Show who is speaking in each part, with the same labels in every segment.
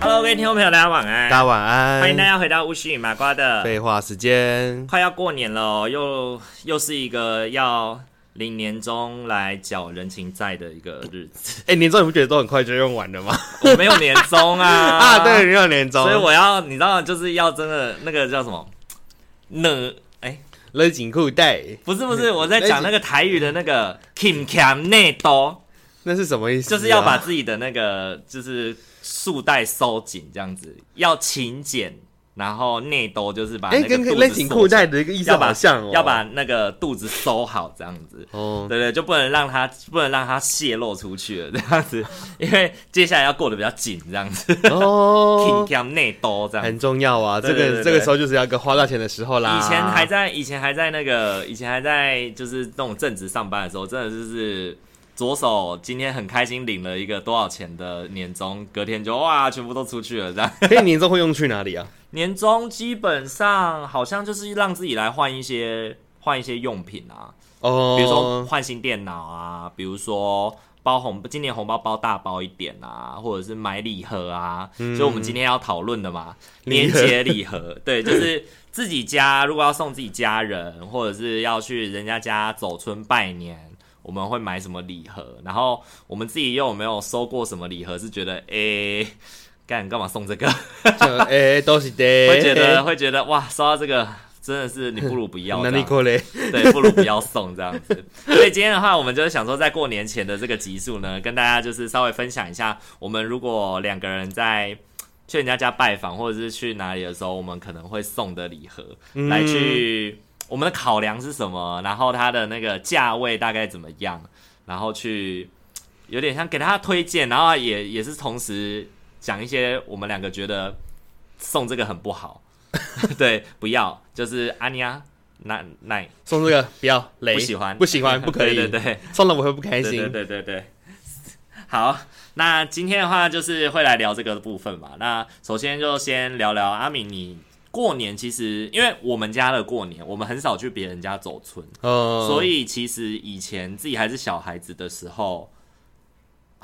Speaker 1: Hello，各位听众朋友，大家晚安，
Speaker 2: 大家晚安。
Speaker 1: 欢迎大家回到巫师与麻瓜的。
Speaker 2: 废话时间，
Speaker 1: 快要过年了哦，又又是一个要领年终来缴人情债的一个日子。
Speaker 2: 哎、年终你不觉得都很快就用完了吗？
Speaker 1: 我没有年终 啊哦
Speaker 2: 啊，对，，没有年终，
Speaker 1: 所以我要你知道，就是要真的那个叫什么呢？哎、
Speaker 2: 勒紧裤带，
Speaker 1: 不是不是，我在讲那个台语的那个 Kim Kim 内兜，
Speaker 2: 那是什么意思、啊
Speaker 1: 就是要把，自己的那个就是束带收紧，这样子要勤俭，然后内兜就是把
Speaker 2: 哎、
Speaker 1: 那个
Speaker 2: 跟
Speaker 1: 肚子
Speaker 2: 勒紧
Speaker 1: 收
Speaker 2: 裤
Speaker 1: 起来
Speaker 2: 带的一个意思
Speaker 1: 要把
Speaker 2: 好像哦，
Speaker 1: 要把那个肚子收好，这样子。
Speaker 2: 哦，
Speaker 1: 对对，就不能让它不能让它泄露出去了，这样子，因为接下来要过得比较紧，这样子，挺
Speaker 2: 哦，
Speaker 1: 强内兜这样子
Speaker 2: 很重要啊，这
Speaker 1: 对
Speaker 2: 个
Speaker 1: 对对
Speaker 2: 这个时候就是要跟花大钱的时候啦。
Speaker 1: 以前还在，以前还在那个，以前还在就是那种正职上班的时候，真的就是左手今天很开心领了一个多少钱的年终，隔天就哇全部都出去了这样。
Speaker 2: 可以年终会用去哪里啊？
Speaker 1: 年终基本上好像就是让自己来换一些换一些用品啊，
Speaker 2: 哦，
Speaker 1: 比如说换新电脑啊，比如说。包红，今年红包包大包一点啊，或者是买礼盒啊，就我们今天要讨论的 嘛，
Speaker 2: 礼
Speaker 1: 年
Speaker 2: 嗯盒
Speaker 1: 节礼盒，对，就是自己家如果要送自己家人，或者是要去人家家走村拜年，我们会买什么礼盒？然后我们自己又有没有收过什么礼盒？是觉得诶，干干嘛送这个？
Speaker 2: 就，哎、都是的，
Speaker 1: 会觉得会觉得哇，收到这个真的是你不如不要这
Speaker 2: 那
Speaker 1: 样，
Speaker 2: 你过嘞？
Speaker 1: 对，不如不要送这样子。所以今天的话，我们就是想说，在过年前的这个集数呢，跟大家就是稍微分享一下，我们如果两个人在去人家家拜访，或者是去哪里的时候，我们可能会送的礼盒、来去我们的考量是什么，然后它的那个价位大概怎么样，然后去有点像给他推荐，然后也也是同时讲一些我们两个觉得送这个很不好， 对，不要，就是阿尼啊亚。奶奶
Speaker 2: 送这个不要雷，
Speaker 1: 不喜欢
Speaker 2: 不喜欢， 不可以。
Speaker 1: 对对对
Speaker 2: 送了我会不开
Speaker 1: 对
Speaker 2: 心。
Speaker 1: 对对对对。好，那今天的话就是会来聊这个部分嘛。那首先就先聊聊阿敏，你过年其实因为我们家的过年，我们很少去别人家走村，
Speaker 2: 嗯，
Speaker 1: 所以其实以前自己还是小孩子的时候。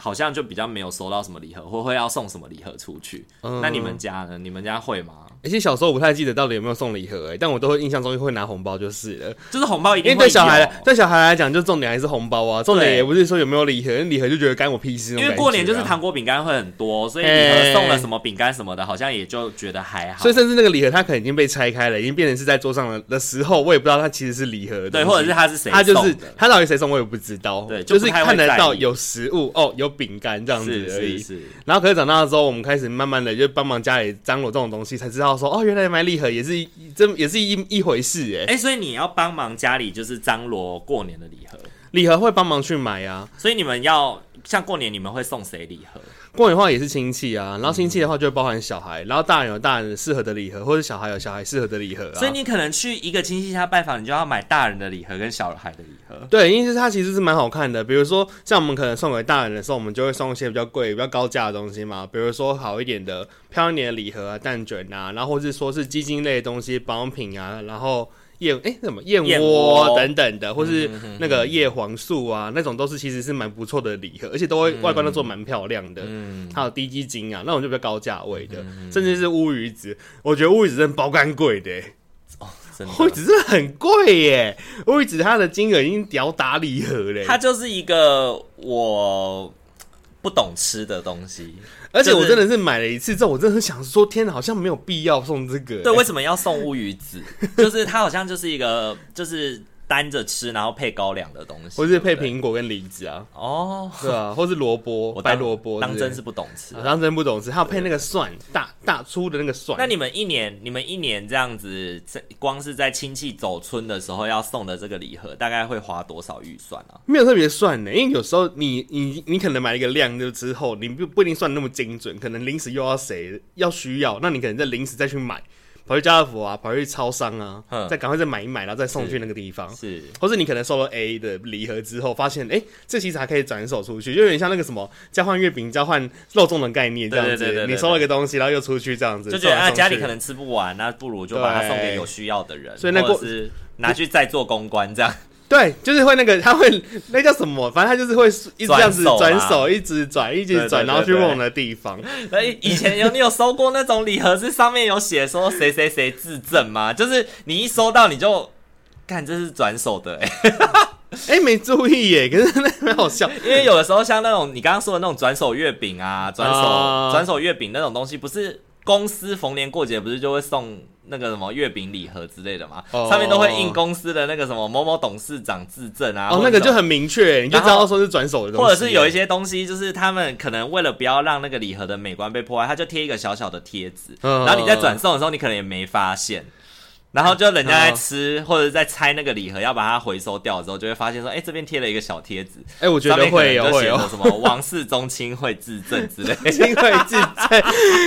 Speaker 1: 好像就比较没有收到什么礼盒，或会要送什么礼盒出去。
Speaker 2: 嗯
Speaker 1: 那你们家呢？你们家会吗？
Speaker 2: 而且小时候我不太记得到底有没有送礼盒、欸，但我都会印象中会拿红包就是了。
Speaker 1: 就是红包一
Speaker 2: 因为
Speaker 1: 定会
Speaker 2: 对小孩
Speaker 1: 有哦
Speaker 2: 来，对小孩来讲，就重点还是红包啊，重点
Speaker 1: 对
Speaker 2: 也不是说有没有礼盒，因为礼盒就觉得干我屁事那种
Speaker 1: 因为
Speaker 2: 感觉啊、
Speaker 1: 过年就是糖果饼干会很多，所以礼盒
Speaker 2: 哎
Speaker 1: 送了什么饼干什么的，好像也就觉得还好
Speaker 2: 所以。甚至那个礼盒它可能已经被拆开了，已经变成是在桌上了的时候，我也不知道它其实是礼盒的东
Speaker 1: 对，
Speaker 2: 西，
Speaker 1: 或者是他是谁
Speaker 2: 它就
Speaker 1: 送
Speaker 2: 是
Speaker 1: 的，
Speaker 2: 它到底谁送我也不知道，
Speaker 1: 对就
Speaker 2: 就
Speaker 1: 不
Speaker 2: 是
Speaker 1: 太会
Speaker 2: 看得
Speaker 1: 在意
Speaker 2: 到有食物哦，有饼干这样子
Speaker 1: 是
Speaker 2: 而已。
Speaker 1: 是是，
Speaker 2: 然后可是长大之后，我们开始慢慢的就帮忙家里张罗这种东西，才知道说哦，原来买礼盒也是一这也是一一回事哎、
Speaker 1: 哎、所以你要帮忙家里就是张罗过年的礼盒，
Speaker 2: 礼盒会帮忙去买啊，
Speaker 1: 所以你们要像过年你们会送谁礼盒？
Speaker 2: 过年的话也是亲戚啊，然后亲戚的话就会包含小孩，然后大人有大人适合的礼盒，或者小孩有小孩适合的礼盒啊。
Speaker 1: 所以你可能去一个亲戚家拜访，你就要买大人的礼盒跟小孩的礼盒。
Speaker 2: 对，因为它其实是蛮好看的。比如说，像我们可能送给大人的时候，我们就会送一些比较贵、比较高价的东西嘛，比如说好一点的、漂亮一点的礼盒啊、蛋卷啊，然后或是说是鸡精类的东西、保养品啊，然后燕哎什么燕
Speaker 1: 燕
Speaker 2: 窝
Speaker 1: 窝嗯
Speaker 2: 等等的，或是那个叶黄素啊，那种都是其实是蛮不错的礼盒，而且都会外观都做蛮漂亮的。
Speaker 1: 嗯，
Speaker 2: 还有低基精啊，那种就比较高价位的，甚至是乌鱼子，我觉得乌鱼子真的包干贵的、欸。
Speaker 1: 哦真
Speaker 2: 乌鱼
Speaker 1: 的，
Speaker 2: 子真的很贵耶，乌鱼子它的金额已经吊打礼盒嘞，
Speaker 1: 它就是一个我不懂吃的东西。
Speaker 2: 而且
Speaker 1: 就是
Speaker 2: 我真的是买了一次之后，我真的想说，天哪，好像没有必要送这个。欸
Speaker 1: 对，为什么要送乌鱼 子？就是它好像就是一个就是单着吃，然后配高粱的东西，
Speaker 2: 或是配
Speaker 1: 对不对
Speaker 2: 苹果跟梨子啊，
Speaker 1: 哦。
Speaker 2: 对啊，或是萝卜
Speaker 1: 我、
Speaker 2: 白
Speaker 1: 当
Speaker 2: 萝卜之类
Speaker 1: 当
Speaker 2: 的，
Speaker 1: 真是不懂吃
Speaker 2: 啊，当真不懂事，还有配那个蒜，大大粗的那个蒜。
Speaker 1: 那你们一年，你们一年这样子，在光是在亲戚走村的时候要送的这个礼盒，大概会花多少预算啊？
Speaker 2: 没有特别算呢，因为有时候你你你可能买了一个量就之后，你不不一定算得那么精准，可能临时又要谁要需要，那你可能在临时再去买。跑去家乐福啊，跑去超商啊
Speaker 1: 哼，
Speaker 2: 再赶快再买一买，然后再送去那个地方。
Speaker 1: 嗯是
Speaker 2: 或是你可能收了 A 的礼盒之后，发现哎、诶这其实还可以转手出去，就有点像那个什么交换月饼、交换肉粽的概念这样子。
Speaker 1: 对对对对对
Speaker 2: 你收了一个东西，然后又出去这样子，
Speaker 1: 就觉得
Speaker 2: 送来
Speaker 1: 啊，
Speaker 2: 送
Speaker 1: 家里
Speaker 2: 去
Speaker 1: 可能吃不完，那不如就把它送给有需要的人，
Speaker 2: 所以那
Speaker 1: 或
Speaker 2: 过
Speaker 1: 者是拿去再做公关这样。
Speaker 2: 对，就是会那个，他会那叫什么？反正他就是会一直这样子
Speaker 1: 转手啦
Speaker 2: 转手，一直转，一
Speaker 1: 对对
Speaker 2: 直转，
Speaker 1: 对
Speaker 2: 然后去
Speaker 1: 对
Speaker 2: 不同的地方。
Speaker 1: 所以以前有你有收过那种礼盒，是上面有写说谁谁谁自赠吗？就是你一收到你就。看，这是转手的、 欸，
Speaker 2: 哎、没注意耶，可是那很 好笑。
Speaker 1: 因为有的时候像那种你刚刚说的那种转手月饼啊，转手
Speaker 2: 啊
Speaker 1: 转、手月饼那种东西，不是公司逢年过节不是就会送那个什么月饼礼盒之类的嘛？
Speaker 2: 哦
Speaker 1: 上面都会印公司的那个什么某某董事长自赠啊，
Speaker 2: 哦，
Speaker 1: 或者
Speaker 2: 那个
Speaker 1: 什么
Speaker 2: 就很明确，你就知
Speaker 1: 然后
Speaker 2: 道说是转手的东西，啊
Speaker 1: 或者是有一
Speaker 2: 些
Speaker 1: 些东西，就是他们可能为了不要让那个礼盒的美观被破坏，他就贴一个小小的贴纸，
Speaker 2: 嗯
Speaker 1: 然后你在转送的时候，你可能也没发现。然后就人家在
Speaker 2: 嗯
Speaker 1: 吃或者在拆那个礼盒，要把它回收掉的时候，就会发现说，哎，这边贴了一个小贴纸，
Speaker 2: 哎、我觉
Speaker 1: 上
Speaker 2: 得
Speaker 1: 面可
Speaker 2: 会
Speaker 1: 能
Speaker 2: 有
Speaker 1: 就
Speaker 2: 会
Speaker 1: 写
Speaker 2: 有
Speaker 1: 着，什么王室宗亲会自证之类
Speaker 2: 因为自在，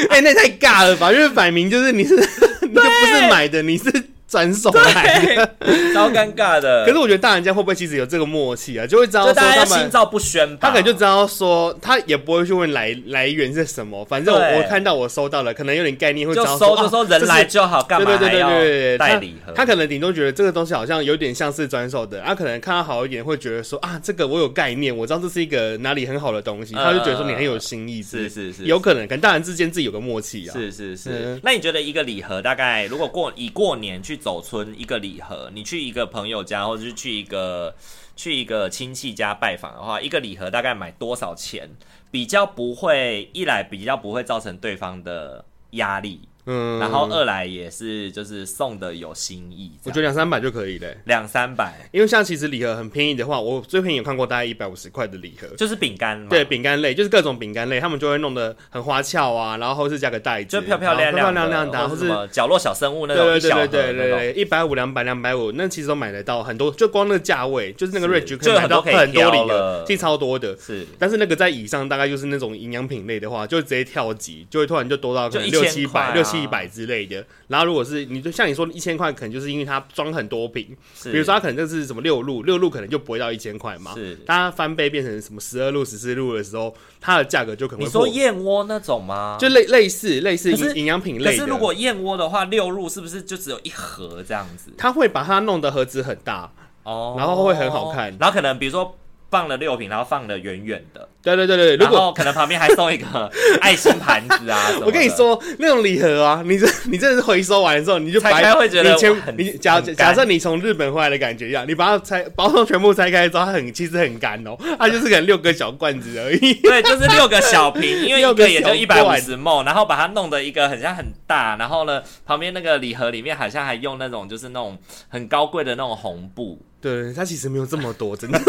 Speaker 2: 哎、那太尬了吧？因为摆明就是你是 你就不是买的，你是转手买的。
Speaker 1: 对，超尴尬的。
Speaker 2: 可是我觉得大人家会不会其实有这个默契啊，就会知道
Speaker 1: 就
Speaker 2: 说
Speaker 1: 大家要
Speaker 2: 他
Speaker 1: 心
Speaker 2: 们。
Speaker 1: 照不宣吧，
Speaker 2: 他可能就知道说，他也不会去问来来源是什么，反正我
Speaker 1: 对
Speaker 2: 我看到我收到了，可能有点概念，会知
Speaker 1: 就
Speaker 2: 道
Speaker 1: 收
Speaker 2: 哦
Speaker 1: 就收，人
Speaker 2: 这是
Speaker 1: 来就好，干嘛
Speaker 2: 对对
Speaker 1: 还
Speaker 2: 对
Speaker 1: 要
Speaker 2: 对对对，
Speaker 1: 带
Speaker 2: 他
Speaker 1: 礼盒？
Speaker 2: 他可能顶多觉得这个东西好像有点像是转手的，他、可能看到好一点，会觉得说啊，这个我有概念，我知道这是一个哪里很好的东西，
Speaker 1: 嗯
Speaker 2: 他就觉得说你很有新意，
Speaker 1: 是是是，
Speaker 2: 有可能，可能大人之间自己有个默契啊。
Speaker 1: 是是是
Speaker 2: 嗯，
Speaker 1: 那你觉得一个礼盒大概，如果过以过年去走村一个礼盒，你去一个朋友家，或者是去一个去一个亲戚家拜访的话，一个礼盒大概买多少钱，比较不会一来比较不会造成对方的压力，
Speaker 2: 嗯，
Speaker 1: 然后二来也是就是送的有心意这
Speaker 2: 我
Speaker 1: 样，
Speaker 2: 觉得两三百就可以嘞、
Speaker 1: 两三百
Speaker 2: 因为像其实礼盒很便宜的话，我最便宜有看过大概一百五十块的礼盒。
Speaker 1: 就是饼干嘛，
Speaker 2: 对，饼干类就是各种饼干类，他们就会弄得很花俏啊，然后是加个袋子，
Speaker 1: 就漂漂亮
Speaker 2: 然后漂漂
Speaker 1: 亮
Speaker 2: 亮亮的啊，
Speaker 1: 或
Speaker 2: 或
Speaker 1: 者什
Speaker 2: 是
Speaker 1: 么角落小生物那种
Speaker 2: 对
Speaker 1: 一
Speaker 2: 对
Speaker 1: 小盒
Speaker 2: 对对
Speaker 1: 那种。
Speaker 2: 对对，一百五、两百、两百五，那其实都买得到很多，就光那个价位，就是那个
Speaker 1: 是
Speaker 2: range
Speaker 1: 就
Speaker 2: 可
Speaker 1: 有
Speaker 2: 以
Speaker 1: 很
Speaker 2: 买
Speaker 1: 多
Speaker 2: 到
Speaker 1: 可以
Speaker 2: 很多
Speaker 1: 挑
Speaker 2: 里
Speaker 1: 了
Speaker 2: 的，其实超多的。
Speaker 1: 是，
Speaker 2: 但是那个在以上大概就是那种营养品类的话，就直接跳级，就会突然就多到可
Speaker 1: 就
Speaker 2: 能
Speaker 1: 1000
Speaker 2: 六七
Speaker 1: 块啊
Speaker 2: 百、六七百之类的。然后如果是你就像你说一千块，可能就是因为它装很多瓶，
Speaker 1: 是
Speaker 2: 比如说它可能这是什么六路，六路可能就不会到一千块嘛。
Speaker 1: 是
Speaker 2: 它翻倍变成什么十二路、十四路的时候，它的价格就可能
Speaker 1: 你
Speaker 2: 会破
Speaker 1: 说燕窝那种吗？
Speaker 2: 就类类似类似
Speaker 1: 可是
Speaker 2: 营营养品
Speaker 1: 可
Speaker 2: 类的。
Speaker 1: 是如果燕窝的话，六入是不是就只有一盒这样子？
Speaker 2: 它会把它弄得盒子很大，
Speaker 1: 哦
Speaker 2: 然后会很好看
Speaker 1: 然后可能比如说放了六瓶，然后放的远远的，
Speaker 2: 对对对对，如
Speaker 1: 然
Speaker 2: 果
Speaker 1: 后可能旁边还送一 个爱心盘子啊什么的
Speaker 2: 我跟你，说那种礼盒啊，你这你真的是回收完之后，你就
Speaker 1: 拆
Speaker 2: 白
Speaker 1: 开会觉得
Speaker 2: 你
Speaker 1: 很
Speaker 2: 前你假
Speaker 1: 很干
Speaker 2: 假设你从日本回来的感觉一样，你把它拆包装全部拆开之后，它很其实很干哦，它就是可能六个小罐子而已。
Speaker 1: 对，就是六个小瓶，因为一
Speaker 2: 六个
Speaker 1: 个也就一
Speaker 2: 小
Speaker 1: 百
Speaker 2: 罐
Speaker 1: 五十 ml，然后把它弄得一个很像很大，然后呢旁边那个礼盒里面好像还用那种就是那种很高贵的那种红布，
Speaker 2: 对，它其实没有这么多，真的。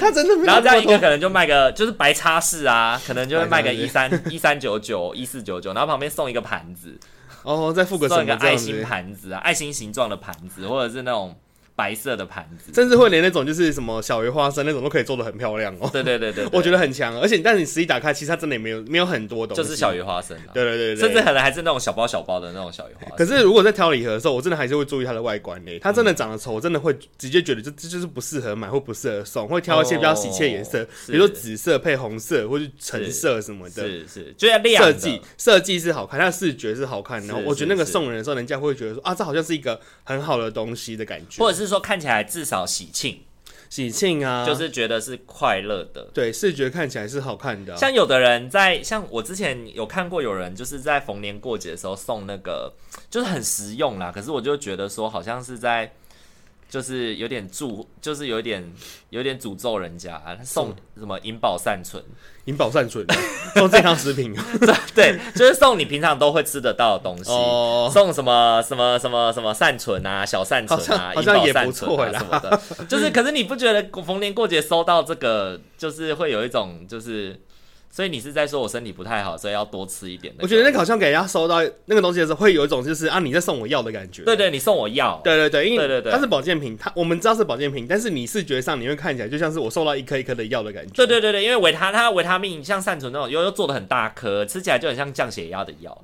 Speaker 2: 它真的没有
Speaker 1: 然后这样
Speaker 2: 这么
Speaker 1: 一个
Speaker 2: 多。
Speaker 1: 可能就卖个就是白叉式啊，可能就会卖个
Speaker 2: 白
Speaker 1: 一
Speaker 2: 叉
Speaker 1: 三一三九九一四九九，然后旁边送一个盘子。
Speaker 2: 哦，再附个什
Speaker 1: 送
Speaker 2: 么
Speaker 1: 一个
Speaker 2: 这
Speaker 1: 爱
Speaker 2: 样
Speaker 1: 心
Speaker 2: 子？
Speaker 1: 盘子啊，爱心形状的盘子，或者是那种白色的盘子。
Speaker 2: 甚至会连那种就是什么小鱼花生那种都可以做的很漂亮哦，
Speaker 1: 对对对对对
Speaker 2: 我觉得很强。而且，但你实际打开，其实它真的也没有没有很多东西，
Speaker 1: 就是小鱼。花生啊，
Speaker 2: 对对对对，
Speaker 1: 甚至可能还是那种小包小包的那种小鱼花
Speaker 2: 啊可
Speaker 1: 生。
Speaker 2: 是如果在挑礼盒的时候，我真的还是会注意它的外观嘞、它真的长得
Speaker 1: 嗯
Speaker 2: 丑，我真的会直接觉得这这就是不适合买或不适合送，会挑一些比较喜气的颜色，
Speaker 1: 哦
Speaker 2: 比如
Speaker 1: 是
Speaker 2: 说紫色配红色或是橙色什么的。
Speaker 1: 是是，就要亮
Speaker 2: 设
Speaker 1: 的
Speaker 2: 计设计是好看，它的视觉是好看的。
Speaker 1: 是
Speaker 2: 我觉得那个
Speaker 1: 是
Speaker 2: 送人的时候，人家会觉得说啊，这好像是一个很好的东西的感觉
Speaker 1: 或，者是说看起来至少喜庆，
Speaker 2: 喜庆啊，
Speaker 1: 就是觉得是快乐的。
Speaker 2: 对视觉看起来是好看的啊、
Speaker 1: 像有的人在，像我之前有看过有人就是在逢年过节的时候送那个，就是很实用啦。可是我就觉得说，好像是在，就是有点祝，就是有点有点诅咒人家、啊送什么银宝善存，
Speaker 2: 银宝善存， 送健康食品啊
Speaker 1: 对，就是送你平常都会吃得到的东西。
Speaker 2: 哦，
Speaker 1: 送什么什么什么什么善存啊，小善存啊，
Speaker 2: 好像好
Speaker 1: 银
Speaker 2: 像
Speaker 1: 宝
Speaker 2: 也
Speaker 1: 善
Speaker 2: 不
Speaker 1: 存
Speaker 2: 错
Speaker 1: 啊
Speaker 2: 啦
Speaker 1: 什么的，就是可是你不觉得逢年过节收到这个，就是会有一种就是，所以你是在说我身体不太好，所以要多吃一点、
Speaker 2: 我觉得那个好像给人家收到那个东西的时候，会有一种就是啊，你在送我要的感觉。
Speaker 1: 对对，你送我药，
Speaker 2: 对对对，因
Speaker 1: 对对对
Speaker 2: 为它是保健品，它我们知道是保健品，但是你视觉上你会看起来就像是我收到一颗一颗的药的感觉。
Speaker 1: 对对对对，因为维他它维他命像善存那种，又又做的很大颗，吃起来就很像降血压的药。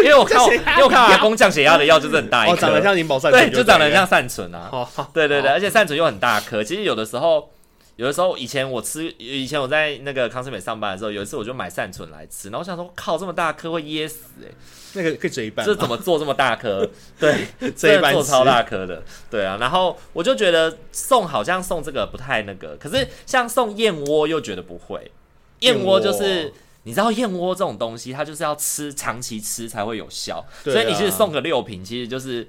Speaker 1: 因为我看我，
Speaker 2: 这血压
Speaker 1: 因为我看阿公降血压的药就是很大一
Speaker 2: 哦，
Speaker 1: 颗，
Speaker 2: 长得像林宝善，
Speaker 1: 对，就长得很像。善存啊。
Speaker 2: 好哦好，
Speaker 1: 对对对，而且善存又很大颗。其实有的时候，有的时候以前我吃，以前我在那个康斯美上班的时候，有一次我就买善存来吃，然后我想说，靠，这么大颗会噎死哎、
Speaker 2: 那个可以嘴一半
Speaker 1: 这
Speaker 2: 吗，
Speaker 1: 怎么做这么大颗？对，
Speaker 2: 这一
Speaker 1: 真
Speaker 2: 半
Speaker 1: 的做
Speaker 2: 吃
Speaker 1: 超大颗的，对啊。然后我就觉得送好像送这个不太那个，可是像送燕窝又觉得不会，燕窝就
Speaker 2: 燕
Speaker 1: 是
Speaker 2: 窝。
Speaker 1: 你知道燕窝这种东西，它就是要吃长期吃才会有效，
Speaker 2: 对
Speaker 1: 所以你
Speaker 2: 啊
Speaker 1: 其实送个六瓶，其实就是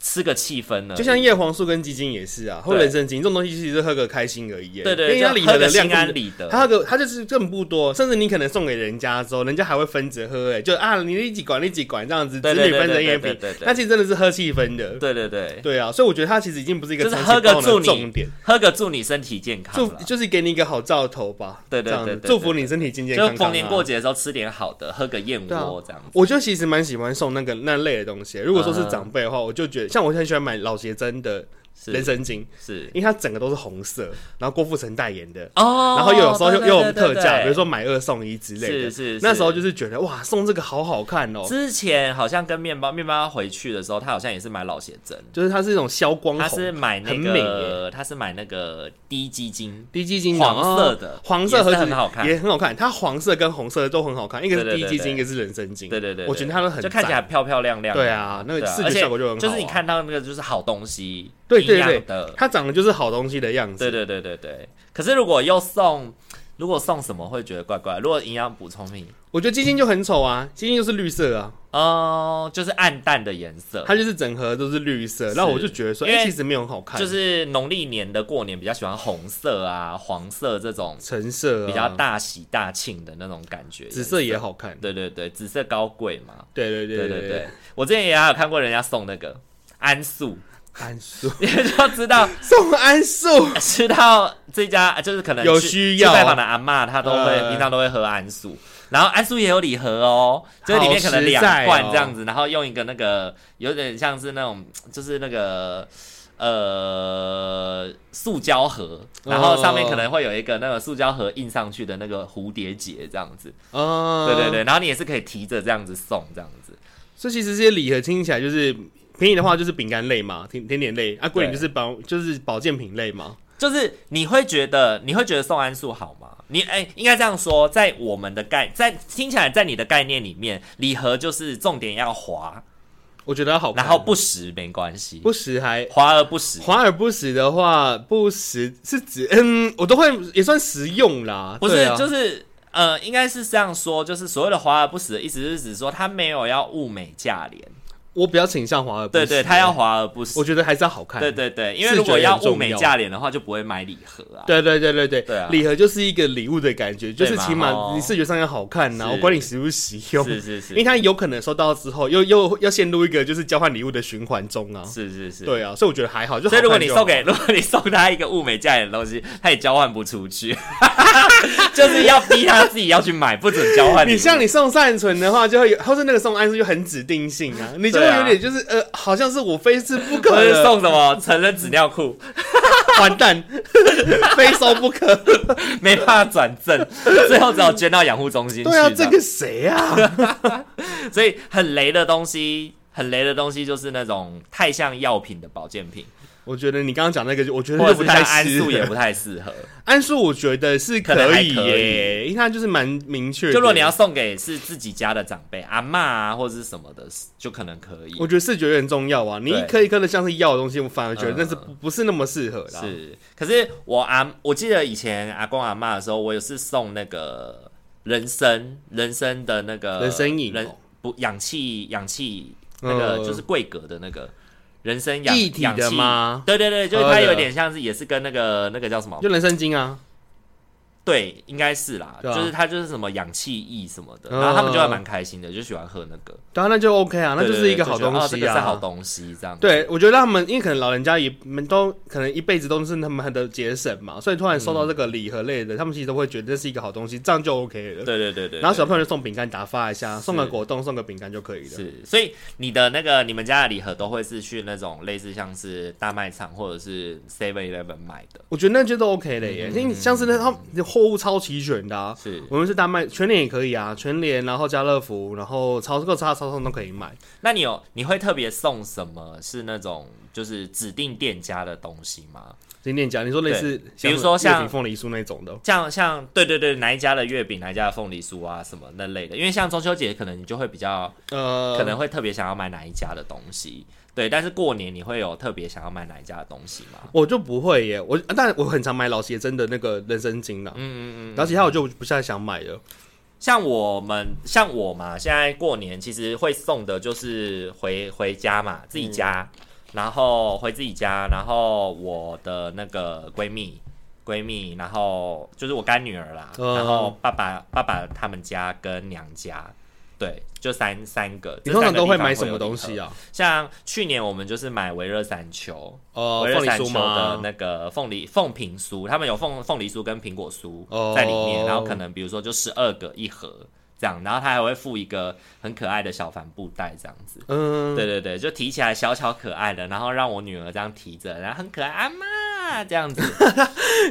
Speaker 1: 吃个气氛呢。
Speaker 2: 就像叶黄素跟鸡精也是啊，或
Speaker 1: 对
Speaker 2: 人参精这种东西，其实喝个开心而已。
Speaker 1: 对
Speaker 2: 因
Speaker 1: 对，
Speaker 2: 为它
Speaker 1: 就
Speaker 2: 里头
Speaker 1: 喝
Speaker 2: 的
Speaker 1: 个
Speaker 2: 量
Speaker 1: 心
Speaker 2: 根
Speaker 1: 安
Speaker 2: 本
Speaker 1: 理得，
Speaker 2: 他的他就是更不多，甚至你可能送给人家之后，人家还会分着喝、哎，就啊，你那几管，那几管这样子，子
Speaker 1: 对
Speaker 2: 女
Speaker 1: 对对
Speaker 2: 分成
Speaker 1: 对
Speaker 2: 也
Speaker 1: 对
Speaker 2: 比
Speaker 1: 对，对
Speaker 2: 那
Speaker 1: 对
Speaker 2: 其实真的是喝气氛的。
Speaker 1: 对对对，
Speaker 2: 对啊，所以我觉得它其实已经不是一个
Speaker 1: 就是
Speaker 2: 长
Speaker 1: 喝
Speaker 2: 期
Speaker 1: 个
Speaker 2: 动
Speaker 1: 祝
Speaker 2: 的
Speaker 1: 你
Speaker 2: 重点，
Speaker 1: 喝个祝你身体健康
Speaker 2: 祝
Speaker 1: 啦，
Speaker 2: 就是给你一个好兆头吧。
Speaker 1: 对对
Speaker 2: 这样子
Speaker 1: 对对对
Speaker 2: 祝福你身体健健
Speaker 1: 就
Speaker 2: 康康、啊。
Speaker 1: 逢年过节的时候吃点好的，喝个燕
Speaker 2: 对啊
Speaker 1: 窝这样子。
Speaker 2: 我就其实蛮喜欢送那个那类的东西。如果说是
Speaker 1: 嗯
Speaker 2: 长辈的话，我就觉得像我很喜欢买老邪珍的人
Speaker 1: 是
Speaker 2: 参精，
Speaker 1: 是
Speaker 2: 因为它整个都是红色，然后郭富城代言的，
Speaker 1: 哦，
Speaker 2: 然后又有时候又
Speaker 1: 对对
Speaker 2: 又有
Speaker 1: 对对
Speaker 2: 特价，
Speaker 1: 对
Speaker 2: 比如说买二送一之类
Speaker 1: 是。
Speaker 2: 的
Speaker 1: 是，
Speaker 2: 那时候
Speaker 1: 是
Speaker 2: 就是觉得哇，送这个好好看哦，
Speaker 1: 之前好像跟面包面包回去的时候，他好像也是买老鞋针，
Speaker 2: 就是它是一种消光
Speaker 1: 他是
Speaker 2: 红，
Speaker 1: 买那
Speaker 2: 哦很美
Speaker 1: 个
Speaker 2: 耶
Speaker 1: 他是买那个低基金，
Speaker 2: 低基金的
Speaker 1: 黄色的
Speaker 2: 哦黄色
Speaker 1: 也
Speaker 2: 盒
Speaker 1: 是
Speaker 2: 子
Speaker 1: 很好看
Speaker 2: 也很好看。它黄色跟红色都很好看，一个是
Speaker 1: 对对
Speaker 2: 低
Speaker 1: 对
Speaker 2: 基
Speaker 1: 对
Speaker 2: 金，一个是人参精。
Speaker 1: 对对对，
Speaker 2: 我觉得它都很
Speaker 1: 就看起来
Speaker 2: 赞
Speaker 1: 漂漂亮亮的，
Speaker 2: 对啊，那
Speaker 1: 对
Speaker 2: 个
Speaker 1: 啊，
Speaker 2: 视
Speaker 1: 而
Speaker 2: 觉
Speaker 1: 且
Speaker 2: 效果就很好啊。
Speaker 1: 就是你看到那个就是好东西，
Speaker 2: 对对
Speaker 1: 营养
Speaker 2: 对
Speaker 1: 的，
Speaker 2: 它长得就是好东西的样子。
Speaker 1: 对对对对对。可是如果又送，如果送什么会觉得怪怪？如果营养补充品，
Speaker 2: 我觉得基金就很丑啊，基金就是绿色啊，
Speaker 1: 哦，就是暗淡的颜色，
Speaker 2: 它就是整盒都是绿色。
Speaker 1: 是
Speaker 2: 然后我就觉得说，
Speaker 1: 因为
Speaker 2: 哎，其实没有很好看，
Speaker 1: 就是农历年的过年比较喜欢红色啊、黄色这种
Speaker 2: 橙色啊
Speaker 1: 比较，大喜大庆的那种感觉。
Speaker 2: 紫色也，好看。
Speaker 1: 对对对，紫色高贵嘛。
Speaker 2: 对对
Speaker 1: 对
Speaker 2: 对
Speaker 1: 对
Speaker 2: 对
Speaker 1: 对，，我之前也有看过人家送那个桉树，
Speaker 2: 桉树
Speaker 1: 你就知道
Speaker 2: 送桉树，
Speaker 1: 吃到这家就是可能
Speaker 2: 有
Speaker 1: 去
Speaker 2: 需要啊
Speaker 1: 去拜访的阿嬷，她都会、
Speaker 2: 呃
Speaker 1: 平常都会喝桉素，然后桉素也有礼盒哦，就是里面可能两罐
Speaker 2: 哦
Speaker 1: 这样子，然后用一个那个有点像是那种就是那个。呃，塑胶盒，然后上面可能会有一个那个塑胶盒印上去的那个蝴蝶结这样子，
Speaker 2: 啊，
Speaker 1: 对对对，然后你也是可以提着这样子送这样子，
Speaker 2: 所以其实这些礼盒听起来就是便宜的话就是饼干类嘛，甜甜点类啊，贵点就是保就是保健品类嘛。
Speaker 1: 就是你会觉得你会觉得送安素好吗？你哎、应该这样说，在我们的概在听起来，在你的概念里面，礼盒就是重点要滑，
Speaker 2: 我觉得它好看，
Speaker 1: 然后不实没关系，
Speaker 2: 不时还
Speaker 1: 滑而不实，
Speaker 2: 华而不实的话，不实是指嗯，我都会也算实用啦，
Speaker 1: 不是、
Speaker 2: 对啊、
Speaker 1: 就是呃，应该是这样说，就是所谓的滑而不实的意思是指说他没有要物美价廉，
Speaker 2: 我比较倾向华而不实，啊
Speaker 1: 对对，他要，滑而不
Speaker 2: 我
Speaker 1: 实，
Speaker 2: 觉得还是要好看，
Speaker 1: 对对对，因为
Speaker 2: 视
Speaker 1: 如果
Speaker 2: 觉
Speaker 1: 要
Speaker 2: 很重
Speaker 1: 物美
Speaker 2: 要
Speaker 1: 价廉的话，就不会买礼盒啊，
Speaker 2: 对对对对对
Speaker 1: 对啊
Speaker 2: 礼盒就是一个礼物的感觉，就是
Speaker 1: 嘛
Speaker 2: 起
Speaker 1: 哦
Speaker 2: 码你视觉上要好看呐、
Speaker 1: 是
Speaker 2: 我管你实不实用，
Speaker 1: 是是是
Speaker 2: 因为它有可能收到之后又又又陷入一个就是交换礼物的循环中啊，
Speaker 1: 是是是，
Speaker 2: 对啊，所以我觉得还好，就
Speaker 1: 所以如果
Speaker 2: 好看
Speaker 1: 你
Speaker 2: 就
Speaker 1: 送
Speaker 2: 好
Speaker 1: 给，如 果你送他一个物美价廉的东西，他也交换不出去， 就是要逼他自己要去买，不准交换礼物。
Speaker 2: 你像你送善存的话，就会有，或是那个送安是就很指定性啊，你就
Speaker 1: 对
Speaker 2: 会
Speaker 1: 啊
Speaker 2: 有点就是、呃，好像是我非是不可
Speaker 1: 或者
Speaker 2: 的，
Speaker 1: 是送什么成人纸尿裤，
Speaker 2: 完蛋，非收不可。
Speaker 1: 没办法转正， 最后只好捐到养护中心去。
Speaker 2: 对啊，
Speaker 1: 这
Speaker 2: 这
Speaker 1: 样
Speaker 2: 个谁啊？
Speaker 1: 所以很雷的东西，很雷的东西就是那种太像药品的保健品，
Speaker 2: 我觉得你刚刚讲那个就，我觉得
Speaker 1: 或者
Speaker 2: 就不
Speaker 1: 是
Speaker 2: 太
Speaker 1: 像安
Speaker 2: 适
Speaker 1: 素也
Speaker 2: 合。
Speaker 1: 不太适合。
Speaker 2: 安素我觉得是
Speaker 1: 可能还
Speaker 2: 以
Speaker 1: 可
Speaker 2: 耶，因为它就是蛮明确的。
Speaker 1: 就如果你要，送给是自己家的长辈、阿嬷啊或者是什么的，就可能可以。
Speaker 2: 我觉得视觉很重要啊。你
Speaker 1: 对
Speaker 2: 一颗一颗的像是药的东西，我反而觉得
Speaker 1: 嗯
Speaker 2: 那是不不是那么适合啦。
Speaker 1: 是，可是我阿，我记得以前阿公阿妈的时候，我有是送那个人参，人参的那个
Speaker 2: 人参饮哦
Speaker 1: 人不氧气氧气那个
Speaker 2: 嗯
Speaker 1: 就是桂格的那个人参氧
Speaker 2: 液体
Speaker 1: 氧
Speaker 2: 的
Speaker 1: 气
Speaker 2: 吗
Speaker 1: 对对对，就是
Speaker 2: 喝
Speaker 1: 它
Speaker 2: 的
Speaker 1: 有点像是也是跟那个那个叫什么？
Speaker 2: 就人参精啊，
Speaker 1: 对，应该是啦，
Speaker 2: 对啊
Speaker 1: 就是它就是什么氧气液什么的，
Speaker 2: 嗯
Speaker 1: 然后他们就还蛮开心的，就喜欢喝那个，
Speaker 2: 当然那就 OK 啊，那
Speaker 1: 对
Speaker 2: 就
Speaker 1: 对
Speaker 2: 是一个
Speaker 1: 对
Speaker 2: 好
Speaker 1: 就觉
Speaker 2: 东
Speaker 1: 得哦这
Speaker 2: 西
Speaker 1: 个是
Speaker 2: 啊。
Speaker 1: 好东西这样子。
Speaker 2: 对，我觉得他们因为可能老人家也们都可能一辈子都是他们的节省嘛，所以突然收到
Speaker 1: 嗯
Speaker 2: 这个礼盒类的，他们其实都会觉得这是一个好东西，这样就 OK 了。
Speaker 1: 对对对对，
Speaker 2: 然后
Speaker 1: 对
Speaker 2: 小朋友就送饼干打发一下，送个果冻，送个饼干就可以了。
Speaker 1: 是，所以你的那个你们家的礼盒都会是去那种类似像是大卖场或者是 Seven Eleven 买的，嗯
Speaker 2: 我觉得那就都 OK 了耶，因为像是那他们货物超齐全的啊。
Speaker 1: 是。
Speaker 2: 无论是大卖全联也可以啊，全联，然后家乐福，然后超各大超市都可以买。
Speaker 1: 那你有你会特别送什么？是那种就是指定店家的东西吗？
Speaker 2: 今天讲你说类似，
Speaker 1: 比如说像
Speaker 2: 凤梨酥那种的，
Speaker 1: 像像对对对，哪一家的月饼，哪一家的凤梨酥啊，什么那类的。因为像中秋节，可能你就会比较
Speaker 2: 呃，
Speaker 1: 可能会特别想要买哪一家的东西。对，但是过年你会有特别想要买哪一家的东西吗？
Speaker 2: 我就不会耶，我但我很常买老邪真的那个人参精啦，嗯嗯嗯，然后其他我就不太想买了。
Speaker 1: 像我们像我嘛，现在过年其实会送的就是回回家嘛，自己家，
Speaker 2: 嗯
Speaker 1: 然后回自己家，然后我的那个闺蜜闺蜜，然后就是我干女儿啦，
Speaker 2: 嗯
Speaker 1: 然后爸爸爸爸他们家跟娘家，对，就三三个。这
Speaker 2: 你通
Speaker 1: 三
Speaker 2: 常
Speaker 1: 个
Speaker 2: 都
Speaker 1: 地
Speaker 2: 会
Speaker 1: 方
Speaker 2: 买什么东
Speaker 1: 有
Speaker 2: 西
Speaker 1: 礼盒？
Speaker 2: 啊？
Speaker 1: 像去年我们就是买维热山丘，
Speaker 2: 呃，
Speaker 1: 维
Speaker 2: 凤
Speaker 1: 热
Speaker 2: 梨
Speaker 1: 山丘
Speaker 2: 酥
Speaker 1: 的
Speaker 2: 吗？
Speaker 1: 那个凤梨凤平酥，他们有凤凤梨酥跟苹果酥
Speaker 2: 哦
Speaker 1: 在里面，然后可能比如说就十二个一盒这样，然后他还会附一个很可爱的小帆布袋这样子。
Speaker 2: 嗯，
Speaker 1: 对对对，就提起来小巧可爱的，然后让我女儿这样提着，然后很可爱，阿妈这样子。